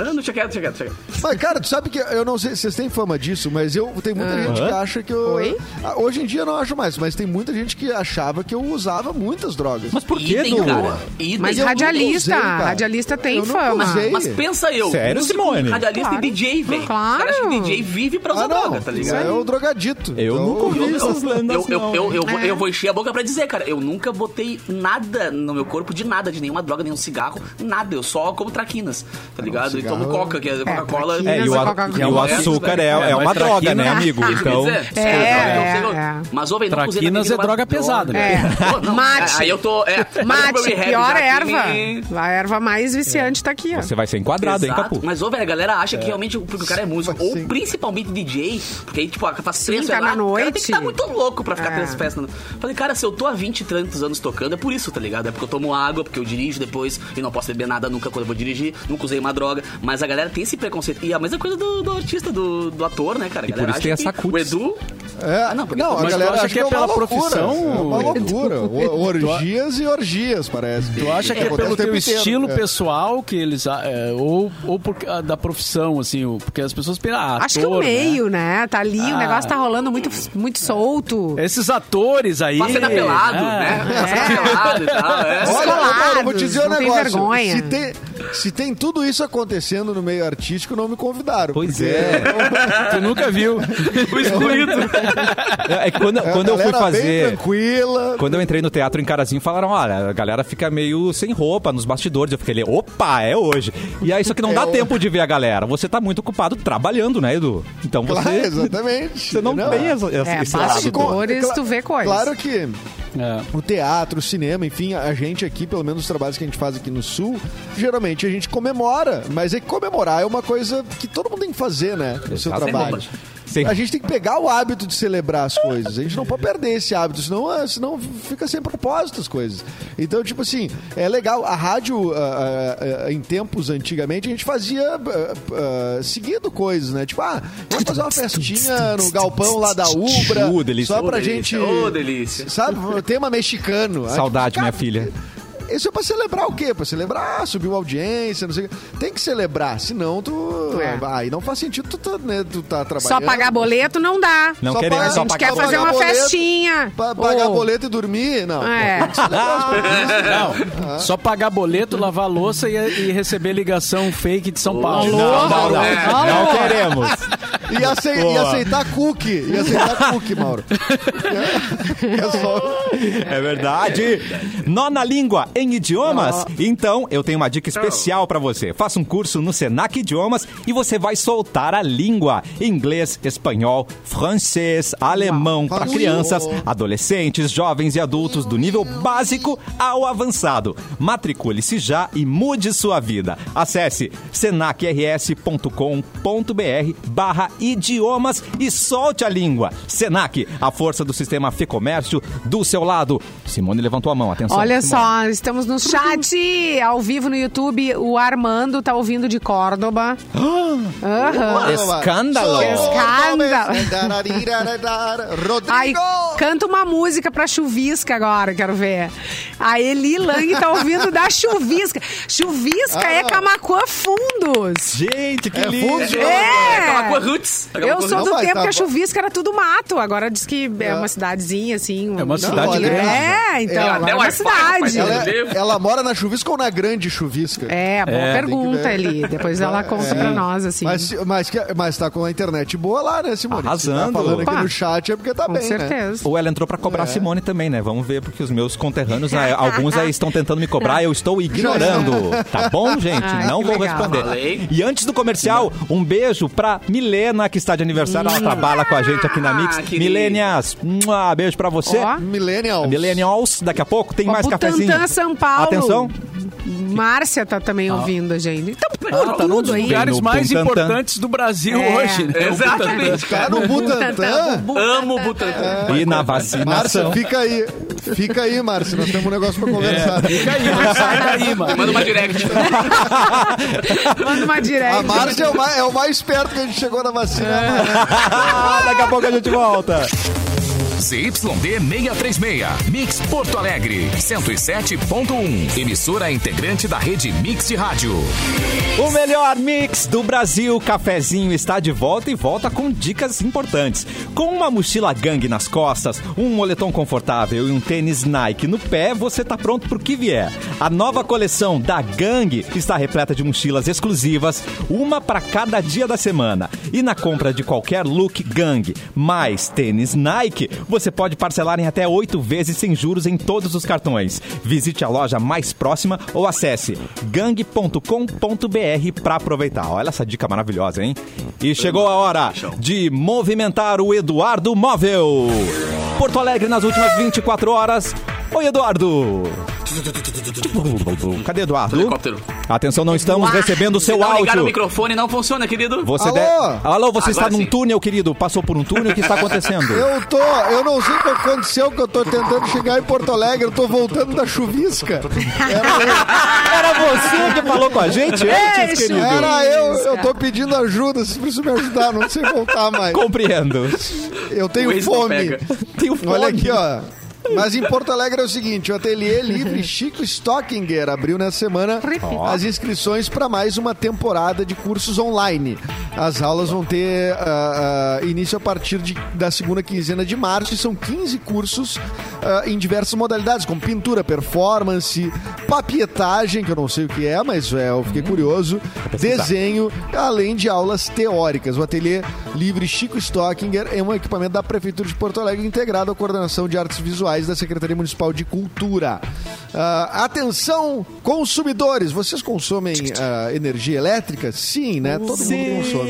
Não, não, tinha quieto, tinha quieto, tinha quieto. Mas, cara, tu sabe que eu não sei, vocês têm fama disso, mas eu tem muita gente que acha que eu. Oi? Ah, Hoje em dia eu não acho mais, mas tem muita gente que achava que eu usava muitas drogas. Mas por que, Idem, Edu? cara. Idem. Mas eu nunca radialista, usei, cara. radialista tem Eu nunca fama. usei. Mas pensa eu. Sério, músico, Simone? Radialista Claro. e DJ, velho. Claro. Os caras acham que DJ vive pra usar Ah, não. droga, tá isso aí ligado? é o drogadito. Então, Eu nunca ouvi Eu, essas lendas, eu, eu, não. eu, eu vou, É. eu vou encher a boca pra dizer, cara, eu nunca botei nada no meu corpo de nada, de nenhuma droga, nenhum cigarro, nada. Eu só como traquinas, tá ligado? E cigarro- tomo coca, que é Coca-Cola. traquinas É, e o, Essa a- Coca-Cola. e o açúcar é, é uma Mas droga, né, traquina- amigo? Isso que eu Então, ia Ah, dizer. É, Desculpa, eu sei, eu- é. Mas, ô, velho, não usei Traquinas nada é que não droga pesada, né? É. Pô, não, Mate. Aí eu tô. É, eu tô Mate, pro rehab pior já aqui. erva. A erva mais viciante tá aqui, ó. você é vai ser enquadrado, hein, Exato. Capu? Mas, ô, velho, a galera acha que realmente porque o cara é músico, Mas ou sim. principalmente DJ, porque aí, tipo, faz três cara, lá, assim? tá na o cara tem que noite. estar muito louco pra ficar É. três festas. né? Falei, cara, se eu tô há 20 e tantos anos tocando, é por isso, tá ligado? É porque eu tomo água, porque eu dirijo depois e não posso beber nada nunca quando eu vou dirigir, nunca usei uma droga. Mas a galera tem esse preconceito. E a mesma coisa do, do artista, do, do ator, né, cara? A E por galera isso tem acha que essa cutis. O Edu. É, Ah, não, não, porque- a mas tu galera acha acha que é pela profissão? É uma loucura. O- Orgias e orgias, parece. Tu acha que é Acontece pelo o tempo teu inteiro, estilo é. pessoal que eles. ah, é, ou ou por, ah, da profissão, assim, o- porque as pessoas pensam. Ah, é Acho que o ator, né? meio, né? Tá ali, o Ah. É. negócio tá rolando muito, muito solto. Esses atores aí. Passa da pelado, ah, né? Passa da pelado e tal, é. Olha, Olha, Descolados, eu vou te dizer um não tem negócio. vergonha. Se tem, Se tem tudo isso acontecendo no meio artístico, não me convidaram. Pois porque é. Tu nunca viu. O excluído. É que quando, É uma quando eu fui galera bem fazer. tranquila. Quando eu entrei no teatro em Carazinho, falaram: olha, a galera fica meio sem roupa nos bastidores. Eu fiquei ali, opa, é hoje. E aí, só que não É dá hoje. tempo de ver a galera. Você tá muito ocupado trabalhando, né, Edu? Então você. Claro, exatamente. Ah, Você não, tem essa, essa, É, esse lado. bastidor. todo. Cores, Cla- tu vê coisas. Claro que É. o teatro, o cinema, enfim, a gente aqui, pelo menos os trabalhos que a gente faz aqui no Sul, geralmente a gente comemora, mas é que comemorar é uma coisa que todo mundo tem que fazer, né? No seu Exatamente. trabalho. Sim. A gente tem que pegar o hábito de celebrar as coisas. A gente não pode perder esse hábito, senão, ah, senão fica sem propósito as coisas. Então, tipo assim, é legal. A rádio, ah, ah, ah, em tempos antigamente, a gente fazia ah, ah, seguido coisas, né? Tipo, ah, vamos fazer uma festinha no galpão lá da Ubra. Uh, delícia. Só pra Ô, gente. delícia. Ô, delícia. Sabe, o tema mexicano. Saudade, minha Cara, filha. Isso é pra celebrar o quê? Pra celebrar, subir uma audiência, não sei o quê. Tem que celebrar, senão tu. ah, Tu é. Aí não faz sentido tu tá, né, tu tá trabalhando. Só pagar boleto não dá. Não Só queremos pagar- só a gente pagar quer boleto. fazer uma Pagar boleto. festinha. Pa- pagar Ou- boleto e dormir? Não. É. Não, só pagar boleto, lavar louça e, e receber ligação fake de São Paulo. Não, não, não. É. Não queremos. E, acei- e Boa. aceitar cookie. E aceitar cookie, Mauro. É, é só. É verdade. Nó na língua em idiomas? Então, eu tenho uma dica especial pra você. Faça um curso no Senac Idiomas e você vai soltar a língua. Inglês, espanhol, francês, alemão para Uau. crianças, adolescentes, jovens e adultos do nível básico ao avançado. Matricule-se já e mude sua vida. Acesse senacrs.com.br barra idiomas e solte a língua. Senac, a força do sistema Fê Comércio do seu lado. Simone levantou a mão, atenção. Olha Simone. só, estamos no chat ao vivo no YouTube. O Armando tá ouvindo de Córdoba. Aham. Escândalo. Escândalo. Aí Rodrigo! canta uma música pra chuvisca agora, quero ver. A Eli Lang tá ouvindo da chuvisca. Chuvisca é Ah. Camacuã Fundos. Gente, que É lindo. fundo. É. Aquela cor roots. Aquela Eu cor sou não do vai tempo tá que a bom. chuvisca era tudo mato. Agora diz que é uma cidadezinha, assim. um- É uma cidade olha, grande. É, então, É, agora até é uma Wi-Fi, rapaz, cidade. ela Ela, é ela mora na chuvisca ou na grande chuvisca? É, boa É. pergunta, Tem que ver. Eli. Depois ela conta É. pra nós, assim. Mas, mas, que- mas tá com a internet boa lá, né, Simone? Se Arrasando. Tá falando Opa. aqui no chat é porque tá Com bem, né? certeza. Ou ela entrou pra cobrar a Simone também, né? Vamos ver, porque os meus conterrâneos, né, alguns aí estão tentando me cobrar, eu estou ignorando. Tá bom, gente? Ai, Não que vou legal. responder. Falei. E antes do comercial, um beijo pra Milena, que está de aniversário. Hum. Ela trabalha com a gente aqui na Mix. Ah, querida. Milênias, um beijo pra você. Ó. Millennials. Millennials, daqui a pouco tem Ó, mais Butantã, cafezinho. São Paulo. Atenção. Márcia tá também ouvindo a gente. Então, por tá num dos tudo aí. lugares No mais Butantã. importantes do Brasil É. hoje. né? O Butantã. Exatamente, cara. Tá no Butantan? Amo o Butantan. um- E na Márcia, vacinação. fica aí. Fica aí, Márcia. Nós temos um negócio pra conversar. Fica aí, não sai daí, mano. Manda uma direct. Tá Manda uma direct. A Márcia é o, mais, é o mais perto que a gente chegou na vacina. né, daqui a pouco a gente volta. ZYD 636, Mix Porto Alegre, 107.1. Emissora integrante da rede Mix de Rádio. O melhor mix do Brasil, cafezinho está de volta e volta com dicas importantes. Com uma mochila gangue nas costas, um moletom confortável e um tênis Nike no pé, você tá pronto pro que vier. A nova coleção da Gangue está repleta de mochilas exclusivas, uma para cada dia da semana. E na compra de qualquer look Gangue mais tênis Nike, você pode parcelar em até oito vezes sem juros em todos os cartões. Visite a loja mais próxima ou acesse gang.com.br para aproveitar. Olha essa dica maravilhosa, hein? E chegou a hora de movimentar o Eduardo Móvel. Porto Alegre nas últimas 24 horas. Oi, Eduardo! Cadê Eduardo? Helicóptero. tá Atenção, não estamos recebendo o seu Não ligaram o áudio. microfone, não funciona, querido. Você Alô? deve- Alô, você está Agora num sim. túnel, querido. Passou por um túnel. O que está acontecendo? Eu tô, eu não sei o que aconteceu, que eu tô tentando chegar em Porto Alegre, eu tô voltando da chuvisca. Era você que falou com a gente antes, Beijo. querido. Era eu, eu tô pedindo ajuda, vocês precisam me ajudar, não sei voltar mais. Compreendo. Eu O tenho ex não fome. pega. Tenho fome. Olha aqui, ó. Mas em Porto Alegre é o seguinte, o Ateliê Livre Chico Stockinger abriu nessa semana as inscrições para mais uma temporada de cursos online. As aulas vão ter ah, ah, início a partir de- da segunda quinzena de março e são 15 cursos ah, em diversas modalidades, como pintura, performance, papietagem, que eu não sei o que é, mas é, eu fiquei curioso, desenho, além de aulas teóricas. O ateliê livre Chico Stockinger é um equipamento da Prefeitura de Porto Alegre integrado à coordenação de artes visuais da Secretaria Municipal de Cultura. Ah, atenção, consumidores! Vocês consomem ah, energia elétrica? Sim, né? Todo mundo consome.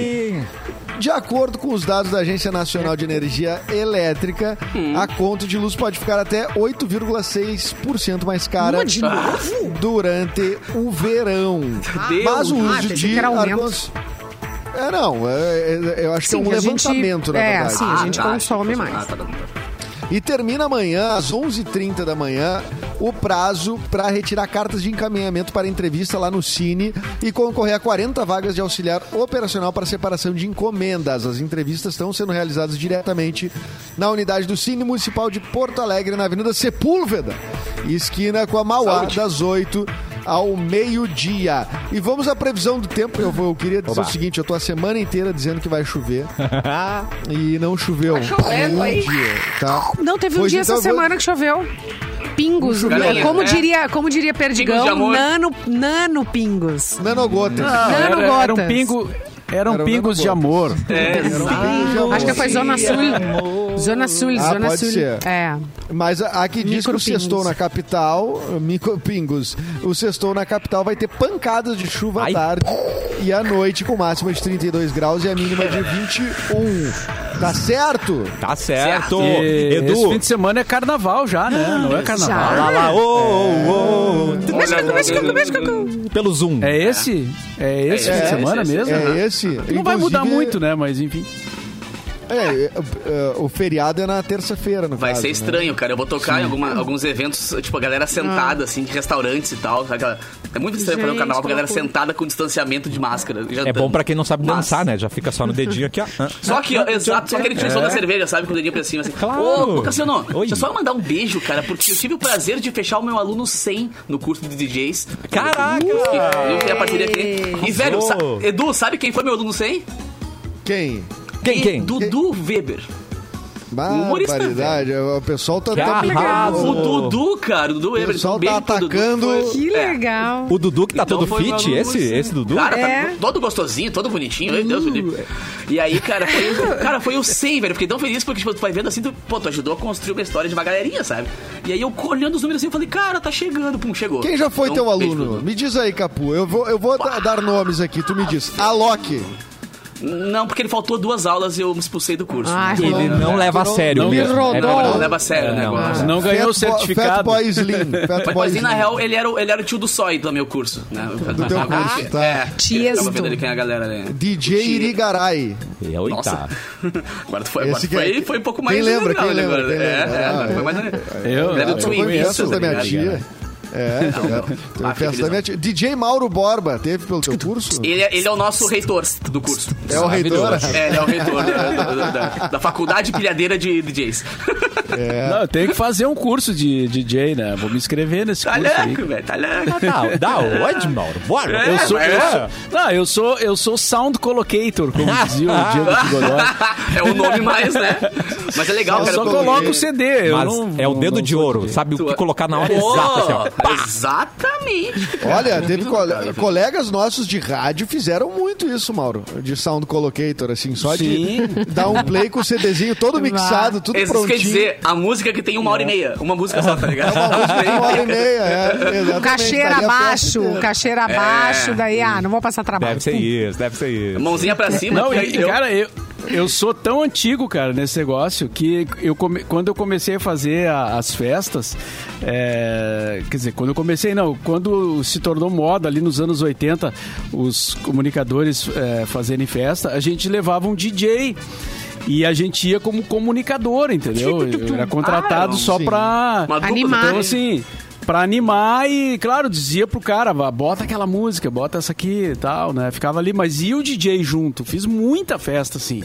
De acordo com os dados da Agência Nacional de Energia Elétrica, Hum. a conta de luz pode ficar até 8,6% mais cara Mas de novo? durante o verão. Deus. Mas o Ah, uso pensei que de era aumento. arcos- É, não, é, é, eu acho Sim, que é um a gente- levantamento, na é, verdade. sim. a gente consome Ah, mais. tá bom. E termina amanhã, às 11h30 da manhã, o prazo para retirar cartas de encaminhamento para entrevista lá no Cine e concorrer a 40 vagas de auxiliar operacional para separação de encomendas. As entrevistas estão sendo realizadas diretamente na unidade do Cine Municipal de Porto Alegre, na Avenida Sepúlveda, esquina com a Mauá, Saúde. das 8 ao meio-dia. E vamos à previsão do tempo. Eu, vou- eu queria dizer Oba. o seguinte, eu tô a semana inteira dizendo que vai chover e não choveu. Tá chovendo aí. tá? Não, teve um Pois dia então, essa eu vou- semana que choveu. Pingos, Galinha, como, é. diria, como diria Pingos de Perdigão, amor. nano, nano pingos. Nanogota. Nano Era, era um gotas. pingo, eram Era um pingos de nano amor. É, um Pingo. Acho que foi Zona Sul. Zona Sul, Ah, Zona pode Sul. ser. É. Mas a- aqui diz que o Micropingos. sextou na capital, micropingos, o sextou na capital vai ter pancadas de chuva à tarde e à noite com máxima de 32 graus e a mínima de 21. Tá certo? Tá certo. E Esse Edu. fim de semana é carnaval já, né? Não é carnaval. Lá, lá, ô, ô, ô. Olha, Pelo Zoom. É esse? É esse É fim de esse, semana esse, mesmo? É esse. Não Inclusive, vai mudar muito, né? Mas enfim. É, é, é, o feriado é na terça-feira, no Vai caso, ser né? estranho, cara. Eu vou tocar em alguma- alguns eventos, tipo, a galera sentada, assim, de restaurantes e tal. sabe aquela- É muito estranho fazer um Gente, canal com a galera que loucura. sentada com distanciamento de máscara. É bom pra quem não sabe Mas- dançar, né? Já fica só no dedinho aqui, ó. Só que, ó, exato, só aquele tio som da cerveja, sabe? Com o dedinho pra cima, assim. Claro. Ô, Lucassiano, Oi. deixa eu só mandar um beijo, cara, porque eu tive o prazer de fechar o meu aluno 100 no curso de DJs. Caraca! Eu eu fiz a parceria aqui. E, velho, sa- Edu, sabe quem foi meu aluno 100? Quem? Quem, quem? Dudu Weber. Humorista, Barbaridade. O pessoal tá... tá Que pegando- arraso. O Dudu, cara, o Dudu Weber. pessoal um beijo tá pro Dudu, atacando- foi- Que É. legal. O Dudu que tá Então todo foi uma fit, esse, luz, esse Dudu? Cara, É. tá todo gostosinho, todo bonitinho. Meu Deus, Felipe. Uh. E aí, cara, foi, cara, foi eu sei, velho. Fiquei tão feliz porque, tipo, tu vai vendo assim, tu, pô, tu ajudou a construir uma história de uma galerinha, sabe? E aí eu olhando os números assim, eu falei, cara, tá chegando, pum, chegou. Quem já foi Então, teu beijo pro aluno? Dudu. Me diz aí, Capu. Eu vou, eu vou da- dar nomes aqui. Tu me diz. Alok. Não, porque ele faltou duas aulas e eu me expulsei do curso. Ah, Ele- Ele Não, não leva a não- sério não mesmo. rodou. É não, verdade. não leva a sério o É, não, negócio. Não ganhou o Fat Bo- Fat certificado. Boy Slim. Fat Mas, Boy mas aí, Slim. na real, ele era, o- ele era o tio do sói do meu curso, né? Do teu curso, tá? É, eu Tiesto. tava vendo ali quem é a galera, né? DJ Irigaray. É Nossa. oitavo. agora tu foi, Esse agora tu que é- foi, foi um pouco Quem mais lembra, legal, quem né, lembra, agora? quem lembra? É, é, Ah, foi mais... Eu- Era eu É do Eu fui em Twin, festas isso, da minha tá ligado? tia. Ah, É, é. fiquei festa da feliz, minha não. tia. DJ Mauro Borba, teve pelo teu curso? Ele, é- ele é o nosso reitor do curso. É o reitor. É, ele é o reitor da, da- da- da faculdade pilhadeira de DJs. Não, eu tenho que fazer um curso de DJ, né? Vou me inscrever nesse Tá curso aí. louco, velho, tá louco. Dá, dá, ódio, Mauro. Bora. É, Eu sou, eu mas- sou, não, eu sou, eu sou sound collocator, como dizia o Diego de Godoy. É o nome mais, né? Mas é legal, Eu cara. só tu- coloco o CD. eu Mas não- é o não- dedo não de sou ouro, DJ. sabe? O tu- que colocar na hora Pô, exata, assim, ó. Exatamente. cara. Olha, teve Muito cole- legal, colegas nossos de rádio fizeram muito isso, Mauro. De sound collocator, assim, só Sim. de dar um play com o CDzinho todo mixado, tudo É, Isso prontinho. É. quer dizer, a música que tem uma hora e meia. Uma música só, tá ligado? Uma música de uma hora e meia, é, exatamente. O cacheiro Daria a festa abaixo, inteira. o cacheiro abaixo, daí, ah, não vou passar trabalho. Deve ser isso, deve ser isso. Mãozinha pra cima. Não, que e, cara, eu, eu sou tão antigo, cara, nesse negócio, que eu come- quando eu comecei a fazer a- as festas, é, quer dizer, quando eu comecei, não, quando se tornou moda ali nos anos 80, os comunicadores é, fazerem festa, a gente levava um DJ. E a gente ia como comunicador, entendeu? Eu era contratado Ah, só sim. pra... Uma dupla Animar. do Então, trem. assim, pra animar e, claro, dizia pro cara, "Vá, bota aquela música, bota essa aqui e tal, né? Ficava ali, mas e o DJ junto? Fiz muita festa, assim.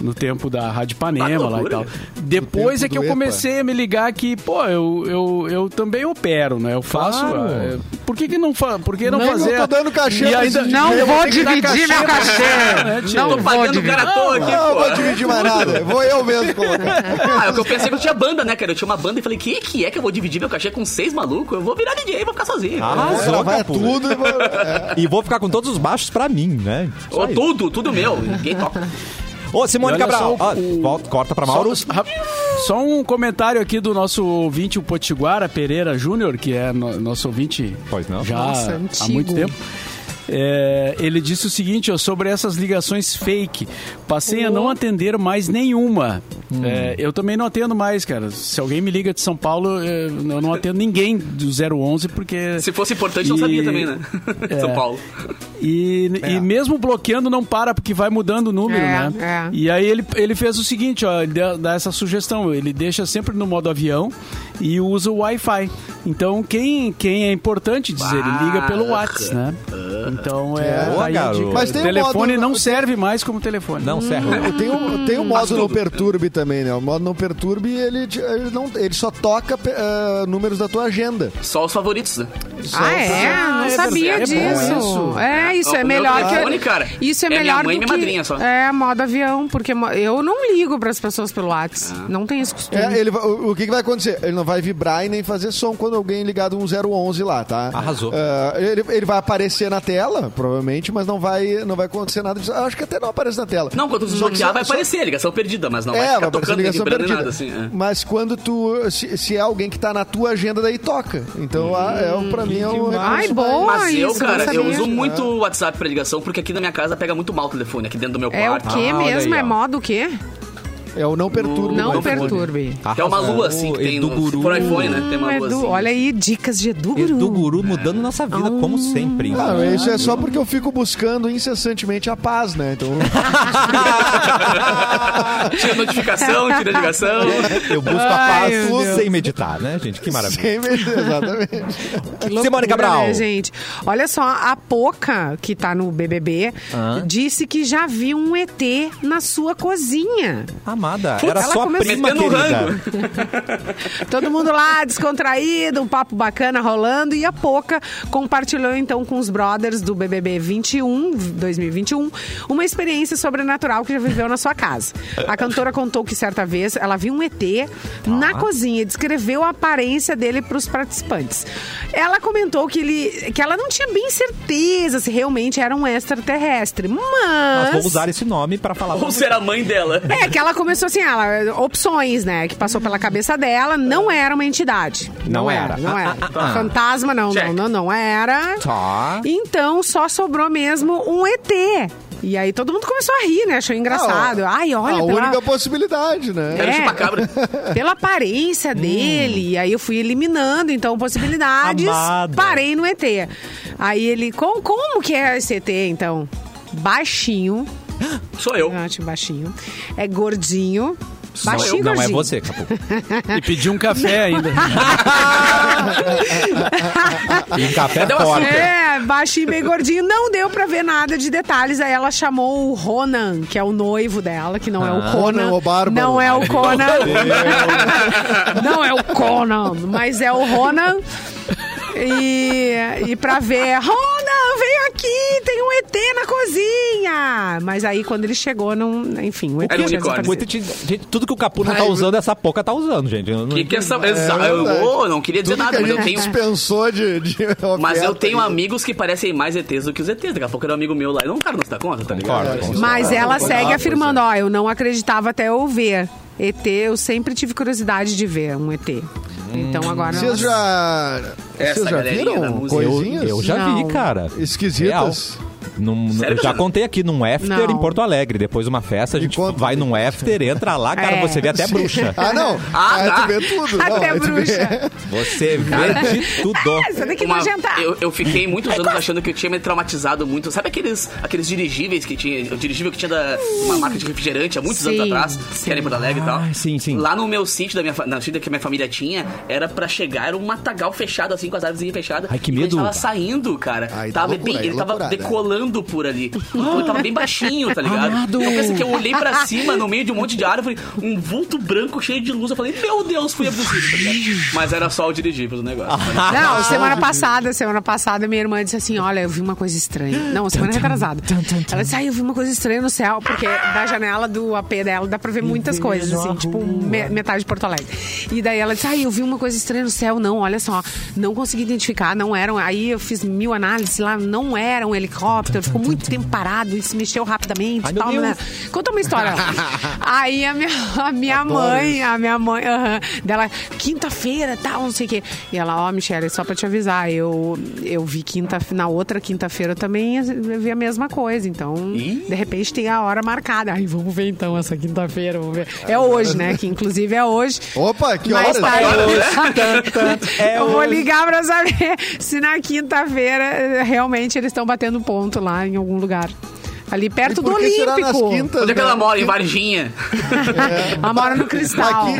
no tempo da Rádio Ah, Panema que lá e loucura. tal. Depois tempo é que eu do Epa. comecei a me ligar que, pô, eu, eu, eu também opero, né? Eu faço. Claro. é, por que, que não, fa por que não, Não, fazer. eu tô dando cachê, e mas ainda- Não Eu vou vou ter que dar dividir meu né, cachê. tio? Não Tô vou Pagando o dividir. cara à toa aqui, Não, eu pô. vou dividir mais nada. Vou eu mesmo colocar. Ah, o que eu pensei que eu tinha banda, né, cara? Eu tinha uma banda e falei, que que é que eu vou dividir meu cachê com seis malucos? Eu vou virar DJ, vou ficar sozinho. Vou Arrasou, gravar Capu. tudo e vou... é. E vou ficar com todos os baixos pra mim, né? Só Ô, isso. tudo, tudo meu. Ninguém toca. Ô, Simone E olha Cabral. só o- Ah, volta, corta pra Mauro. Só, rap- só um comentário aqui do nosso ouvinte, o Potiguara Pereira Júnior, que é no- nosso ouvinte Pois não. já Nossa, há antigo. muito tempo. É, ele disse o seguinte ó, sobre essas ligações fake. Passei a Uhum. não atender mais nenhuma. Hum. É, eu também não atendo mais, cara. Se alguém me liga de São Paulo, é, eu não atendo ninguém do 011 porque Se fosse importante, eu não E- sabia também, né? É. São Paulo. e, e mesmo bloqueando não para, porque vai mudando o número, É, né? é. E aí ele, ele fez o seguinte, ó, ele deu- dá essa sugestão, ele deixa sempre no modo avião e usa o Wi-Fi. Então, quem, quem é importante dizer, ele liga pelo WhatsApp, né? Então, é... Boa, tá aí a dica. garoto. Mas tem o um telefone modo- não serve mais como telefone. Não, serra. Tem o, tem o modo não perturbe também, né? O modo não perturbe, ele, te- ele, não, ele só toca pe- ah, números da tua agenda. Só os favoritos, né? Só- Ah, é? Não é sabia verdade. É bom disso. isso. É, isso O é meu melhor telefone, que. cara, isso é, é minha melhor mãe do e minha que. madrinha só. É, modo avião, porque mo- eu não ligo pras pessoas pelo Ah. WhatsApp. Não tenho esse costume. É, ele, vai- o, o que, que vai acontecer? Ele não vai vibrar e nem fazer som quando alguém ligar do 1011 lá, tá? Arrasou. Ah, ele, ele vai aparecer na tela, provavelmente, mas não vai, não vai acontecer nada disso. Acho que até não aparece na tela. Não, quando desbloquear, vai aparecer a ligação perdida, mas não vai É, vai ficar aparecer tocando nem ligação vibrando nem perdida. nada, assim. é. Mas quando tu. Se, se é alguém que tá na tua agenda, daí toca. Então ah, é, o- pra mim é um. Hum, Ai, recurso boa mais- Mas eu, isso, cara, não eu sabia. uso muito o WhatsApp pra ligação, porque aqui na minha casa pega muito mal o telefone, aqui dentro do meu É o quarto. quê Ah, olha mesmo? aí, é ó. modo o quê? É o não perturbe. Não Vai- perturbe. Que é uma lua, assim, que tem do no Tá guru. pro iPhone, né? Tem Hum, uma lua Edu, assim. olha aí, dicas de Edu Guru. do guru mudando nossa vida, Ah. como sempre. Não, isso é só porque eu fico buscando incessantemente a paz, né? Então. Tira notificação, tira ligação. É, Eu busco a Ai, paz meu Deus. sem meditar, né, gente? Que maravilha. Sem medo, Exatamente. loucura, Simone Cabral. né, gente? Olha só, a Poca, que tá no BBB, disse que já viu um ET na sua cozinha. Amada, era ela sua começou- prima Metendo o rango. querida. Todo mundo lá descontraído, um papo bacana rolando. E a Poca compartilhou então com os brothers do BBB 21, 2021, uma experiência sobrenatural que já viveu na sua casa. A cantora contou que certa vez ela viu um ET na cozinha e descreveu a aparência dele para os participantes. Ela comentou que, ele, que ela não tinha bem certeza se realmente era um extraterrestre, mas. Mas vou usar esse nome pra falar. Ou será a mãe dela? É, que ela começou assim, ela, opções, né? Que passou pela cabeça dela, não era uma entidade. Ah. Não era. Não era. Ah, ah, ah. Fantasma, não, Check. não, não, não era. Tá. Então só sobrou mesmo um ET. E aí todo mundo começou a rir, né? Achou Oh. engraçado. Ai, olha, a pela- única possibilidade, né? Era É. chupacabra. pela Hum. aparência dele. E aí eu fui eliminando, então, possibilidades. Amada. Parei no ET. Aí ele, com, como que é esse ET, então? Baixinho, Sou eu. não, tipo, baixinho. É gordinho. eu. Baixinho e Não, é gordinho. você, Capu. Hum. E pedir um café ainda. E um café Deu uma forte. É, baixinho e bem gordinho. Não deu pra ver nada de detalhes. Aí ela chamou o Ronan, que é o noivo dela, que não é o Conan. Ah. Ronan, o bárbaro. Não é o Conan. não é o Conan, mas é o Ronan. E, e pra ver, Ronan, vem aqui, tem um ET na cozinha. Mas aí quando ele chegou, não, enfim, o ET Era um já unicórnio. desapareceu. Muito te- gente, tudo que o Capu não tá Ai, usando, essa pouca tá usando, gente. Eu não- Que que é essa... É Exa- eu, verdade. Ô, não queria dizer Tudo nada, que a mas eu gente é tenho... um- dispensou de, de Mas oferta eu tenho aí. amigos que parecem mais ETs do que os ETs. Daqui a pouco era um amigo meu lá. Não, cara, não se dá conta, tá ligado? Concordo, concordo. Mas ela segue pois afirmando, ó, eu não acreditava até eu ver. ET, eu sempre tive curiosidade de ver um ET. Então agora. Vocês já, Essa vocês já galerinha da viram música. Eu, coisinhas eu já Não. vi, cara. esquisitas? Num- Sério, eu já cara? contei aqui num after Não. em Porto Alegre. Depois de uma festa, a gente conta. vai num after, entra lá, cara, É. você vê até bruxa. Ah, não. Ah, aí tá. tu vê tudo. não, Até aí tu vê- bruxa. É, Você vê de Você tudo. tem que É Uma- nojentar. eu, eu fiquei muitos anos achando que eu tinha me traumatizado muito. Sabe aqueles, aqueles dirigíveis que tinha? O dirigível que tinha da, uma marca de refrigerante há muitos Sim, anos atrás, que era em Porto Alegre e tal. Ah, sim, sim. Lá no meu sítio, da minha, fa- na sítio que a minha família tinha, era pra chegar, era um matagal fechado, assim, com as árvorezinhas fechadas. Ai, que E quando medo. a gente tava saindo, cara, Aí tá tava loucura, bem, né? aí ele tava loucurada. decolando rolando por ali. Então eu tava bem baixinho, tá ligado? Eu pensei que eu olhei pra cima, no meio de um monte de árvore, um vulto branco cheio de luz. Eu falei, meu Deus, fui abduzido. tá ligado? Mas era só o dirigível do negócio. Não, semana passada, semana passada, minha irmã disse assim: Olha, eu vi uma coisa estranha. Não, semana retrasada. Ela disse: Ah, eu vi uma coisa estranha no céu, porque da janela do AP dela dá pra ver muitas coisas, assim, tipo me- metade de Porto Alegre. E daí ela disse: Ah, eu vi uma coisa estranha no céu. Não, olha só, não consegui identificar, não eram. Aí eu fiz mil análises lá, não era um helicóptero, ficou muito tempo parado e se mexeu rapidamente e tal, né? Conta uma história. Aí a minha, a minha mãe, a minha mãe, aham, dela, quinta-feira, tal, não sei o quê. E ela, ó, Michelle, só pra te avisar, eu, eu vi quinta, na outra quinta-feira eu também eu vi a mesma coisa. Então, Ih. de repente tem a hora marcada. Aí vamos ver então essa quinta-feira, vamos ver. É hoje, né? Que inclusive é hoje. Ah. Opa, que né? Mas horas? tá aí. É eu vou hoje. ligar pra saber se na quinta-feira eh, realmente eles estão batendo ponto lá em algum lugar. Ali perto E do por que será nas Olímpico. quintas, Onde é que né? ela mora? Em Varginha? Ela mora no cristal. Aqui,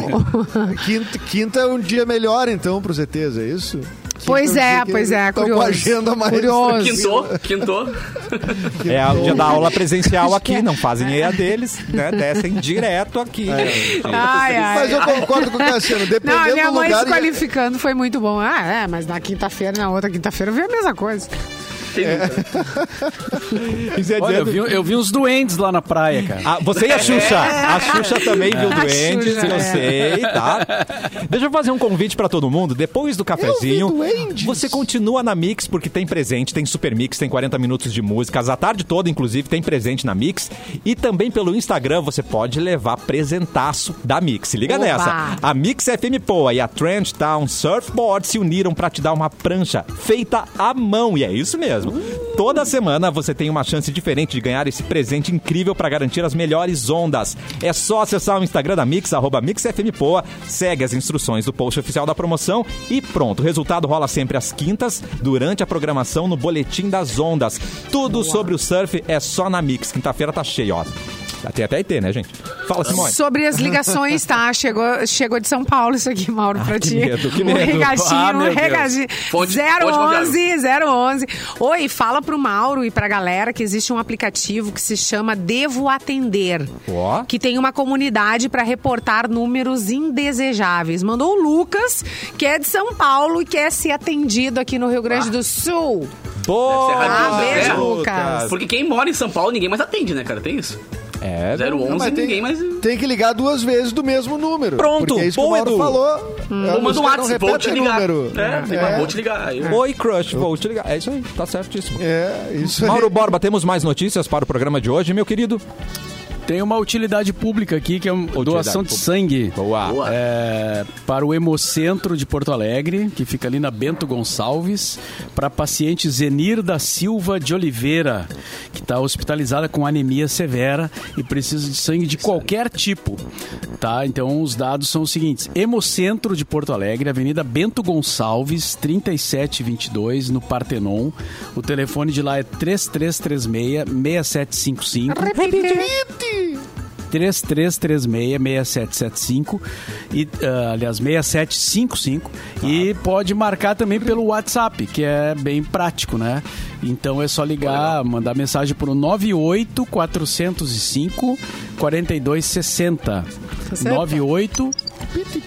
quinta, quinta é um dia melhor, então, pros ETs, é isso? Quinta Pois um é, dia que pois eles é, tão curioso. Com a agenda mais Curioso. Quintou? Quintou? É o dia da aula presencial é. aqui, não fazem EA deles, né? Descem direto aqui. É. Ai, ai. Mas eu concordo com o Cassiano, Não, a dependendo minha do mãe lugar... se qualificando foi muito bom. Ah, é, mas na quinta-feira, na outra quinta-feira, eu vi a mesma coisa. Isso é Olha, eu dizendo- vi, eu vi uns duendes lá na praia, cara. Ah, você e a Xuxa. A Xuxa também viu É. A doentes, Xuxa, eu é. sei, tá? Deixa eu fazer um convite pra todo mundo. Depois do Eu cafezinho, vi duendes. você continua na Mix, porque tem presente, tem Super Mix, tem 40 minutos de músicas. A tarde toda, inclusive, tem presente na Mix. E também pelo Instagram, você pode levar presentaço da Mix. Se liga Oba. nessa. A Mix FM Poa e a Trend Town Surfboard se uniram para te dar uma prancha feita à mão. E é isso mesmo. Toda semana você tem uma chance diferente de ganhar esse presente incrível para garantir as melhores ondas. É só acessar o Instagram da Mix, arroba Mix FM Poa, segue as instruções do post oficial da promoção e pronto. O resultado rola sempre às quintas, durante a programação no Boletim das Ondas. Tudo sobre o surf é só na Mix. Quinta-feira tá cheio, ó. Tem até IT, né, gente? Fala, Simone. Sobre as ligações, tá? Chegou, chegou de São Paulo isso aqui, Mauro, pra ti. medo, Ah, que Um medo. recadinho, Ah, meu um Deus. recadinho. Fonte- 011, 011. Oi, fala pro Mauro e pra galera que existe um aplicativo que se chama Devo Atender. Ó. Que tem uma comunidade pra reportar números indesejáveis. Mandou o Lucas, que é de São Paulo e quer ser atendido aqui no Rio Ah. Grande do Sul. Boa! Deve ser Ah, Lucas, beijo, é? Lucas. Porque quem mora em São Paulo, ninguém mais atende, né, cara? Tem isso? É, 011, Mas tem, ninguém mais... tem que ligar duas vezes do mesmo número. Pronto, porque é isso que o boa, Mauro Edu. falou. Ou manda um Os caras não WhatsApp, vou te repetem ligar. número. É, tem uma, É. vou te ligar. Aí, Oi, Crush, vou te ligar. É isso aí, tá certíssimo. É, isso aí. Mauro Borba, temos mais notícias para o programa de hoje, meu querido? Tem uma utilidade pública aqui, que é uma doação de pública. sangue. Boa. Boa. É, para o Hemocentro de Porto Alegre, que fica ali na Bento Gonçalves, para a paciente Zenir da Silva de Oliveira, que está hospitalizada com anemia severa e precisa de sangue de qualquer tipo. Tá? Então, os dados são os seguintes: Hemocentro de Porto Alegre, Avenida Bento Gonçalves, 3722, no Partenon. O telefone de lá é 3336-6755. Repite. 3336-6775 e ah, aliás 6755 e pode marcar também pelo WhatsApp, que é bem prático, né? Então é só ligar, mandar mensagem pro 98 405 4260. certo. 98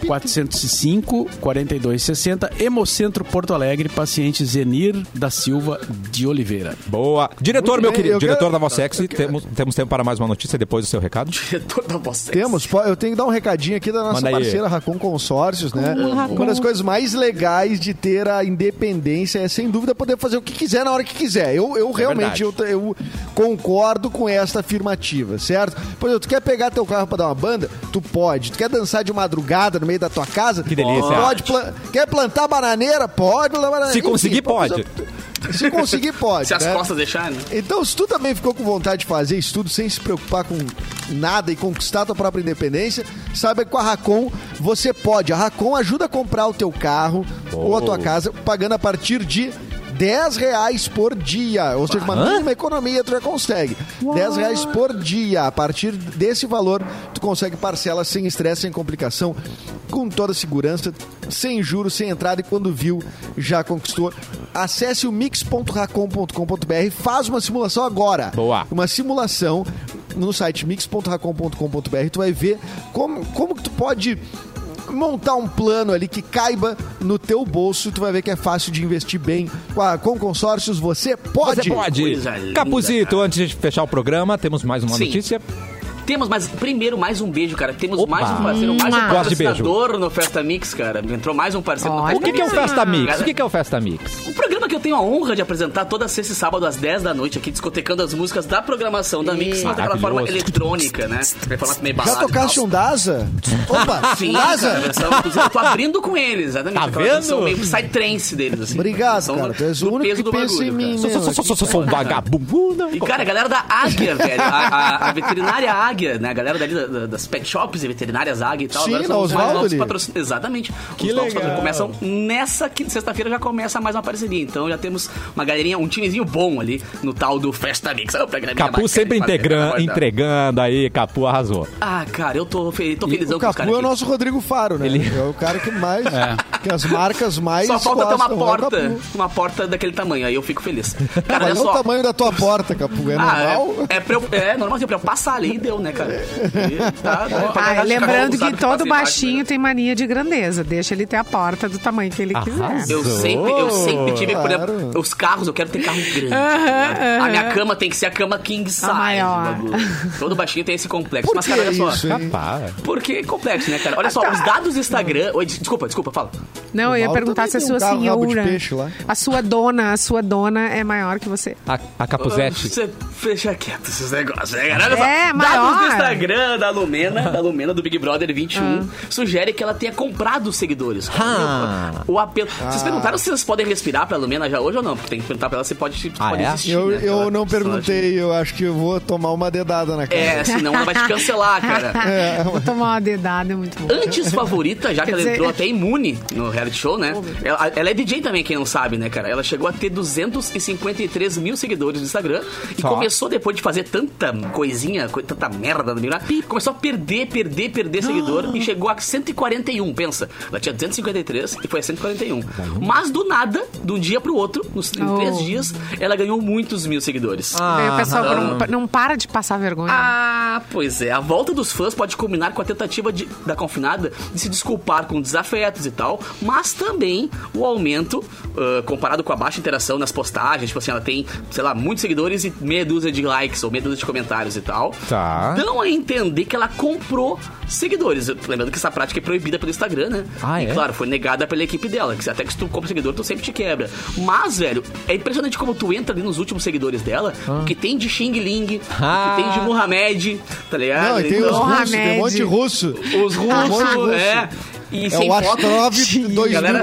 405 4260 Hemocentro Porto Alegre, paciente Zenir da Silva de Oliveira. Boa. Diretor, Muito meu bem, querido, eu diretor quero- da Voz Sexy, temos, temos tempo para mais uma notícia depois do seu recado? Diretor da Voz Sexy. Temos, po- eu tenho que dar um recadinho aqui da nossa Manda aí. parceira Racon Consórcios, né? Uma das coisas mais legais de ter a independência é, sem dúvida, poder fazer o que quiser na hora que quiser. Eu, eu realmente É verdade. eu, eu concordo com esta afirmativa, certo? Por exemplo, tu quer pegar teu carro pra dar uma banda? Tu pode. Tu quer dançar de madrugada no meio da tua casa? Que delícia. Pode. Plan- quer plantar bananeira? Pode plantar bananeira. Se conseguir, pode pode. fazer- Se conseguir, pode. Se as né? costas deixarem. Então, se tu também ficou com vontade de fazer isso tudo sem se preocupar com nada e conquistar tua própria independência, saiba que com a Racon você pode. A Racon ajuda a comprar o teu carro ou a tua casa pagando a partir de 10 reais por dia. Ou seja, uma mínima economia tu já consegue. 10 reais por dia. A partir desse valor, tu consegue parcela sem estresse, sem complicação, com toda segurança, sem juros, sem entrada. E quando viu, já conquistou. Acesse o mix.racom.com.br, faz uma simulação agora. Boa. Uma simulação no site mix.racom.com.br, tu vai ver como, como que tu pode montar um plano ali que caiba no teu bolso, tu vai ver que é fácil de investir bem com, a- com consórcios, você pode. Você pode. Coisa linda, Capuzito, cara. antes de fechar o programa, temos mais uma Sim. notícia. Temos mais, primeiro, mais um beijo, cara. Temos Opa. mais um parceiro, mais um Gosto de patrocinador no Festa Mix, cara. Entrou mais um parceiro no Olha. O que, que é o Festa Mix? Cara, O que, que é o Festa Mix? Um programa que eu tenho a honra de apresentar toda sexta e sábado às 10 da noite aqui, discotecando as músicas da programação da Mix, mas daquela forma Maravilhoso. eletrônica, né? Aquele formato meio Já balada e tocaste tal. um Daza? Opa, Sim, cara, Daza? versão- inclusive eu tô abrindo com eles, exatamente. Tá aquela versão vendo? Meio psytrance deles, assim. Obrigado, Versão cara. do- Tu és o do único peso que do pensa em bagulho, cara. mim, né? Sou, meu. sou, sou, sou, sou, sou é. um vagabundo. não. E, cara, a galera da Águia, velho. A, a- a veterinária Águia, né? A galera dali da- da- das pet shops e veterinárias Águia e tal. Sim, agora na são os mais Osvaldo novos ali. patrocin- Exatamente. Que os novos legal. patrocin- começam nessa quinta, sexta-feira, já começa mais uma parceria. Então já temos uma galerinha, um timezinho bom ali no tal do Festa Mix. Ah, pra galerinha Capu mais- sempre mais- integra- mais- entregando aí, Capu arrasou. Ah, cara, eu tô, fe tô felizão O com os Capu caras. é o aqui. nosso Rodrigo Faro, né? Ele- É o cara que mais. Que as marcas mais. Só falta ter uma gostam, é o porta, Capu. uma porta daquele tamanho, aí eu fico feliz. Mas Cara, olha olha o só. tamanho da tua porta, Capu. É Ah, normal? é, é, pra eu, é normal, assim, pra eu passar ali e deu, né, cara? E tá- tá- Ah, tá- lembrando sabe que todo fazer mais, né? baixinho tem mania de grandeza. Deixa ele ter a porta do tamanho que ele quiser. Arrasou. Eu sempre, eu sempre tive, por Claro. exemplo, os carros, eu quero ter carro grande. né? A minha cama tem que ser a cama king size. A maior. do bagulho. Todo baixinho tem esse complexo. Por Mas, que cara, olha só. isso, hein? Ah, tá. Rapaz. Porque é complexo, né, cara? Olha só, os dados do Instagram. Oi, des- desculpa, desculpa, fala. Não, O eu ia Mauro perguntar também se a tem sua um carro rabo de senhora. peixe lá. A sua dona, a sua dona é maior que você. A, a Capuzete. Você fecha quieto esses negócios, né, cara? Olha só, É, Dados do maior. Instagram da Lumena, da Lumena do Big Brother 21, Ah. sugere que ela tenha comprado os seguidores. Ah. O apelo. Vocês perguntaram se vocês podem respirar pra Lumena já hoje ou não? Porque tem que perguntar pra ela se pode, se Ah, pode é? existir. Eu, né? eu Ela- não se ela- perguntei, eu acho que eu vou tomar uma dedada na cara. É, senão ela vai te cancelar, cara. É, Vou tomar uma dedada, é muito bom. Antes favorita, já que Quer ela dizer- é entrou até imune no reality show, né? Ela, ela é DJ também, quem não sabe, né, cara? Ela chegou a ter 253 mil seguidores no Instagram e Só. começou, depois de fazer tanta coisinha, co- tanta merda no meio lá, começou a perder, perder, perder Ah. seguidor e chegou a 141, pensa. Ela tinha 253 e foi a 141. Mas do nada, de um dia pro outro, nos, em Oh. três dias, ela ganhou muitos mil seguidores. Daí É, o pessoal Ah. não, não para de passar vergonha. Ah, pois é. A volta dos fãs pode combinar com a tentativa de- da confinada de se desculpar com desafetos e tal, mas também o aumento ah, comparado com a baixa interação nas postagens. Tipo assim, ela tem, sei lá, muitos seguidores e meia dúzia de likes ou meia dúzia de comentários e tal. Tá. Dão a é entender que ela comprou seguidores. Lembrando que essa prática é proibida pelo Instagram, né? Ah, e é? claro, foi negada pela equipe dela. Que até que se tu compra seguidor, tu sempre te quebra. Mas, velho, é impressionante como tu entra ali nos últimos seguidores dela, o que tem de Xing Ling, Ah. o que tem de Mohamed, tá ligado? Não, e tem Então, os russos, tem Mohamed. um monte de russo. os um monte de russos, russo. é. E É sem o foto. Astrov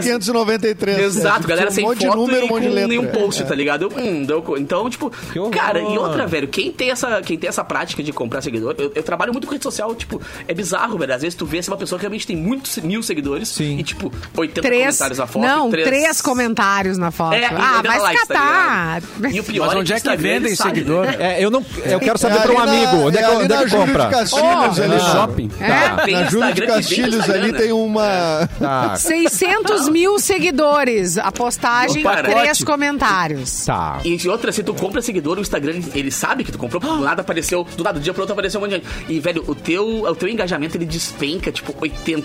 2593. Exato, É, galera um sem monte foto de número, e um monte de com letra. nenhum post, É. tá ligado? Eu, hum, deu co- então, tipo, horror. cara, e outra, velho, quem tem essa, quem tem essa prática de comprar seguidor, eu, eu trabalho muito com rede social, tipo, é bizarro, velho. Às vezes tu vê assim, uma pessoa que realmente tem muitos mil seguidores Sim. e, tipo, 80 três. comentários na foto. não, três... comentários na foto. É, ah, e 80 vai se likes, tá catar. ligado? E o pior Mas onde é que Instagram, vendem ele sabe, né? seguidor? É, eu, não, eu quero É saber ali para um na- amigo. Onde é que, ali onde é na que Júlio de compra? Castilhos, Ah, ali, shopping. É. Tá. Tem Na Júlio Instagram de que vende Castilhos Instagram, ali né? tem um uma. Tá. 600 mil seguidores. A postagem, O pacote. três comentários. tá. E de outra, se tu compra seguidor, o Instagram, ele sabe que tu comprou, do nada apareceu, do nada, do dia pro outro apareceu um monte de gente. E, velho, o teu, o teu engajamento, ele despenca, tipo, 80%,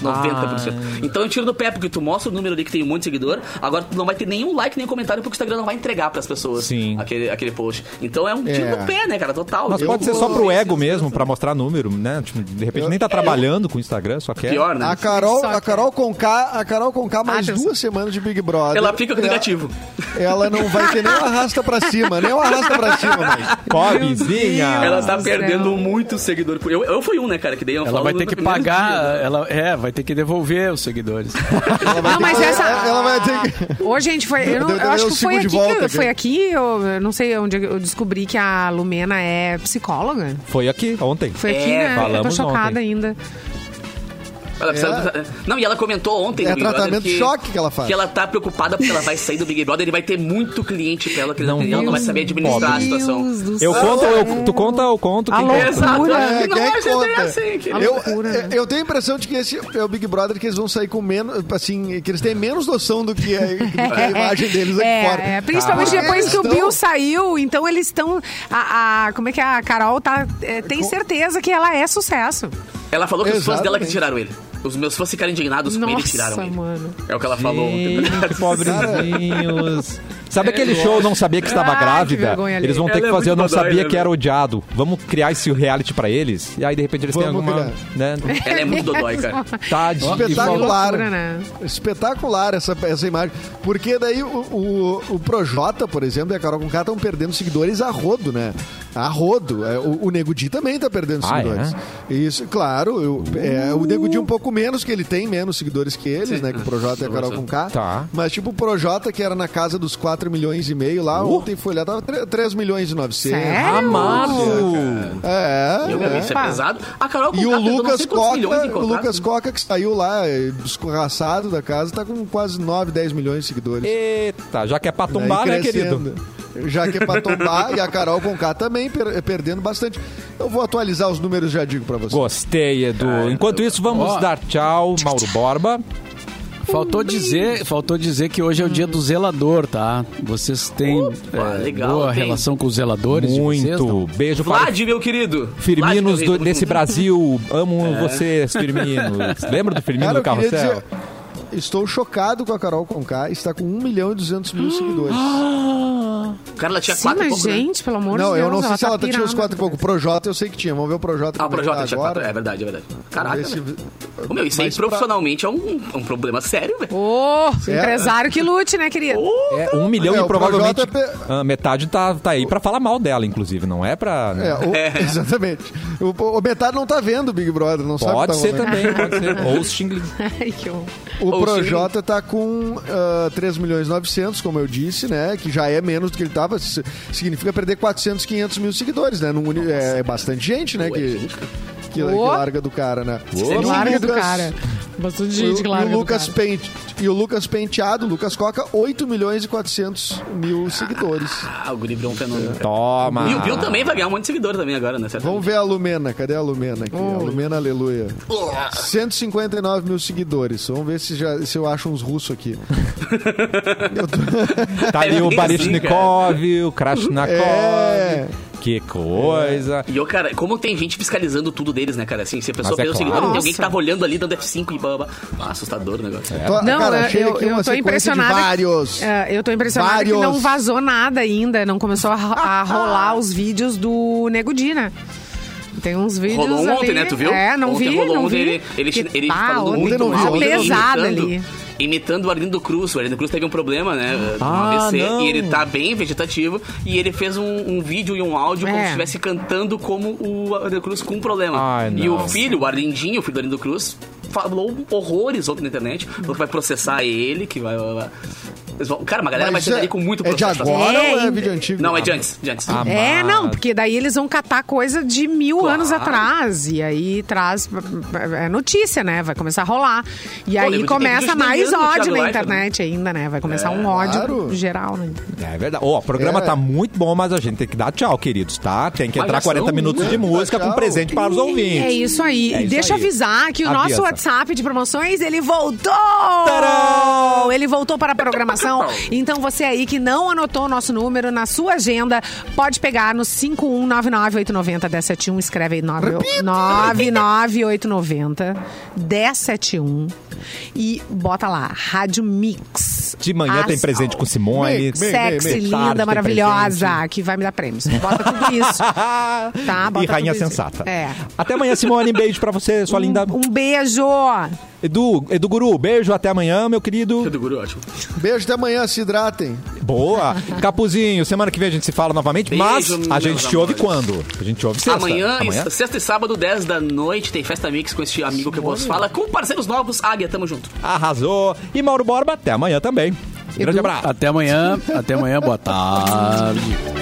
90%. Ah, é. Então eu tiro do pé, porque tu mostra o número ali que tem um monte de seguidor, agora tu não vai ter nenhum like, nem comentário, porque o Instagram não vai entregar pras pessoas Sim. Aquele, aquele post. Então é um tiro É. do pé, né, cara, total. Mas Eu- pode ser só eu- pro ego mesmo, pra mostrar número, né? Tipo, de repente nem tá trabalhando com o Instagram, só quer. Pior, né? A Carol, Só a que- Carol Conká, a Carol Conká mais Deus. duas semanas de Big Brother. Ela fica com Ela- negativo. Ela não vai ter nem um arrasta pra cima, nem um arrasta pra cima, mãe. Pobrezinha. Ela tá do perdendo céu. muito seguidor. Eu, eu fui um, né, cara, que daí eu Ela falo vai no ter que primeiro dia, né? pagar, ela, é, vai ter que devolver os seguidores. Ela vai Não, ter mas que- é, essa. Ela vai ter que. Hoje, gente, foi. Eu, não- Eu eu acho que sigo foi de aqui, volta, que, cara. foi aqui eu, eu não sei onde eu descobri que a Lumena é psicóloga. Foi aqui ontem. Foi aqui, É, né? Eu tô falamos chocada ontem. ainda. Ela precisa- Não, e ela comentou ontem É no Big Brother tratamento que, choque que ela faz. Que ela tá preocupada porque ela vai sair do Big Brother e vai ter muito cliente pra ela que não, ela não vai saber administrar a situação. Deus do Eu céu. conto, eu- tu conta ou conto? quem Alô? conta? Exato, Loucura. ela- É, não quem é conta? assim, que... Eu, loucura, eu- né? eu tenho a impressão de que esse é o Big Brother que eles vão sair com menos, assim, que eles têm menos noção do que, é- do que é a imagem deles aqui é, fora. Ah, é, principalmente Porque depois eles que o estão- Bill saiu, então eles estão. A, a- como é que é? a Carol tá, é, tem certeza que ela é sucesso. Ela falou que os fãs Exatamente. dela que tiraram ele. Os meus fãs ficaram indignados com ele e Nossa, tiraram ele. mano. É o que ela falou. ontem. Gente, pobrezinhos. Sabe aquele show Não Sabia Que Estava Ai, que Grávida? vergonha ali. Eles vão ter Ela que é fazer Eu Não muito badalha, Sabia Que né? Era Odiado. Vamos criar esse reality pra eles? E aí, de repente, eles têm Vamos alguma... Né? Ela é muito dodói, cara. Tá de... Espetacular. Loucura, né? Espetacular essa, essa imagem. Porque daí o, o, o Projota, por exemplo, e a Carol Conká estão perdendo seguidores a rodo, né? A rodo. É, O, o Nego Di também tá perdendo Ah, Uh. seguidores. Isso, claro. eu- é, o Nego Di um pouco menos, que ele tem menos seguidores que eles, né? Que o Projota e a Carol Conká. Tá. Mas tipo o Projota, que era na casa dos 4 milhões e meio lá, Uh. ontem foi olhar, tava 3 milhões e 900. Sério? Amado! É, Eu pra é. mim, isso é Opa. pesado. A Carol com E o milhões Lucas em Coca, o contrato. Lucas Coca que saiu lá eh, escorraçado da casa, tá com quase 9, 10 milhões de seguidores. Eita, já que é pra Daí tombar, né, crescendo. querido? Já que é pra tombar, e a Carol Conká também per- perdendo bastante. Eu vou atualizar os números, já digo pra você. Gostei, Edu. Enquanto isso, vamos Ó. dar tchau, Mauro Borba. Faltou dizer, faltou dizer que hoje é o dia do zelador, tá? Vocês têm Opa, é, legal, boa tem. relação com os zeladores de vocês, tá? não? Muito. Beijo para Vlad, meu querido. Vlad, meu Firminos rei, do- tamo desse junto. Brasil. Amo vocês, Firminos. Lembra do Firmino É. Cara, do eu queria Carrossel? dizer, estou chocado com a Carol Conká, está com 1 milhão e 200 mil seguidores. Cara, É ela tinha Sim, quatro e mas pouco, né? gente, pelo amor não, de Deus. eu não sei se ela tá tinha os pirada. 4 e pouco. Projota eu sei que tinha, vamos ver o Projota. Ah, o como é que Projota tá tinha quatro. É verdade, é verdade. Caraca, Vamos ver velho. se- Ô, meu, isso aí Mas pra- profissionalmente é um, um problema sério, velho. Ô, empresário que lute, né, querido? É, um milhão É, e o provavelmente Projota é pe- ah, metade tá, tá aí pra falar mal dela, inclusive, não é pra... né? É, o- Exatamente. O, o metade não tá vendo o Big Brother, não sabe o que Pode tá ser rolando. também, pode ser. Ou os xingling. Ai, que horror. O Ou Projota tá com ah, 3 milhões e 900, como eu disse, né? Que já é menos do que ele tava. S- Significa perder 400, 500 mil seguidores, né? Num uni- é, é bastante gente, né? Ué, Que, gente. que, que Boa. larga do cara, né? E o Larga do Lucas- cara. Bastante E o, gente que e, larga o Lucas do cara. Pente, e o Lucas Penteado, o Lucas Coca, 8 milhões e 400 mil seguidores. Ah, o Guri virou um fenômeno. Toma! E o Bill também vai ganhar um monte de seguidor também agora, né? Certo? Vamos ver a Lumena, cadê a Lumena aqui? A Lumena, aleluia. 159 mil seguidores. Vamos ver se, já, se eu acho uns russos É. aqui. Eu tô- Tá ali É o bem Barishnikov, o Krashnakov. É. Que coisa. E eu, cara, como tem gente fiscalizando tudo deles, né, cara? Assim, se a pessoa Mas é perdeu o claro. seguidor, tem alguém Nossa. que tava olhando ali, dando F5 e babá. Ah, assustador o negócio. Tô- Não, Ah, cara, eu- achei eu, aqui eu uma tô sequência impressionada. De vários. É, eu tô impressionada que Vários. não vazou nada ainda, não começou a, ro- a rolar os vídeos do Nego Dina. Tem uns vídeos Rolou um ali. ontem, né? Tu viu? É, não ontem vi, rolou não ontem vi. ele, ele, Que ele tá, falando ontem muito não mal, vi. ontem Pesado imitando- ali. Imitando o Arlindo Cruz. O Arlindo Cruz teve um problema, né? Um Ah, AVC. não. E ele tá bem vegetativo. E ele fez um, um vídeo e um áudio como É. se estivesse cantando como o Arlindo Cruz com um problema. Ai, e não. o filho, o Arlindinho, o filho do Arlindo Cruz, falou horrores ontem na internet. Falou que vai processar ele, que vai... vai- vai- Eles vão- Cara, uma galera Mas vai sair é- dali com muito É de processo. agora É, ou é em- vídeo antigo? Não, é de antes. De antes. Ah, É, Amado. não, porque daí eles vão catar coisa de mil Claro. anos atrás. E aí traz. É notícia, né? Vai começar a rolar. E aí Nego Di é tem vídeo começa de mais Damiano no ódio Thiago na Leifert, internet ainda, né? Vai começar um ódio É, claro. geral, né? É verdade. Ó, o programa É. tá muito bom, mas a gente tem que dar tchau, queridos, tá? Tem que Mas entrar já são 40 minutos de muito, música né? dá com tchau. presente para os ouvintes. É isso aí. É E isso deixa eu aí. avisar que o Avisa. nosso WhatsApp de promoções, ele voltou! Tcharam! Ele voltou para a programação. Então você aí que não anotou o nosso número na sua agenda, pode pegar no 51998901071, escreve aí 998901071 e bota lá, Rádio Mix. De manhã tem As- presente com Simone. Bem, bem, Sexy, bem. Tarde linda, tem maravilhosa, que vai me dar prêmios. Bota tudo isso. Tá, bota e rainha tudo isso. sensata. É. Até amanhã, Simone. Beijo pra você, sua linda. Um beijo! Edu, Edu Guru, beijo. Até amanhã, meu querido. Do guru, ótimo. Beijo até amanhã, se hidratem. Boa. Capuzinho, semana que vem a gente se fala novamente, Beijo, mas a meus gente te ouve amores. quando? A gente te ouve sexta. Amanhã, e- sexta e sábado, 10 da noite, tem festa mix com este amigo que eu posso falar, com parceiros novos, Águia, tamo junto. Arrasou. E Mauro Borba, até amanhã também. Grande Um abraço. Até amanhã, até amanhã, boa tarde.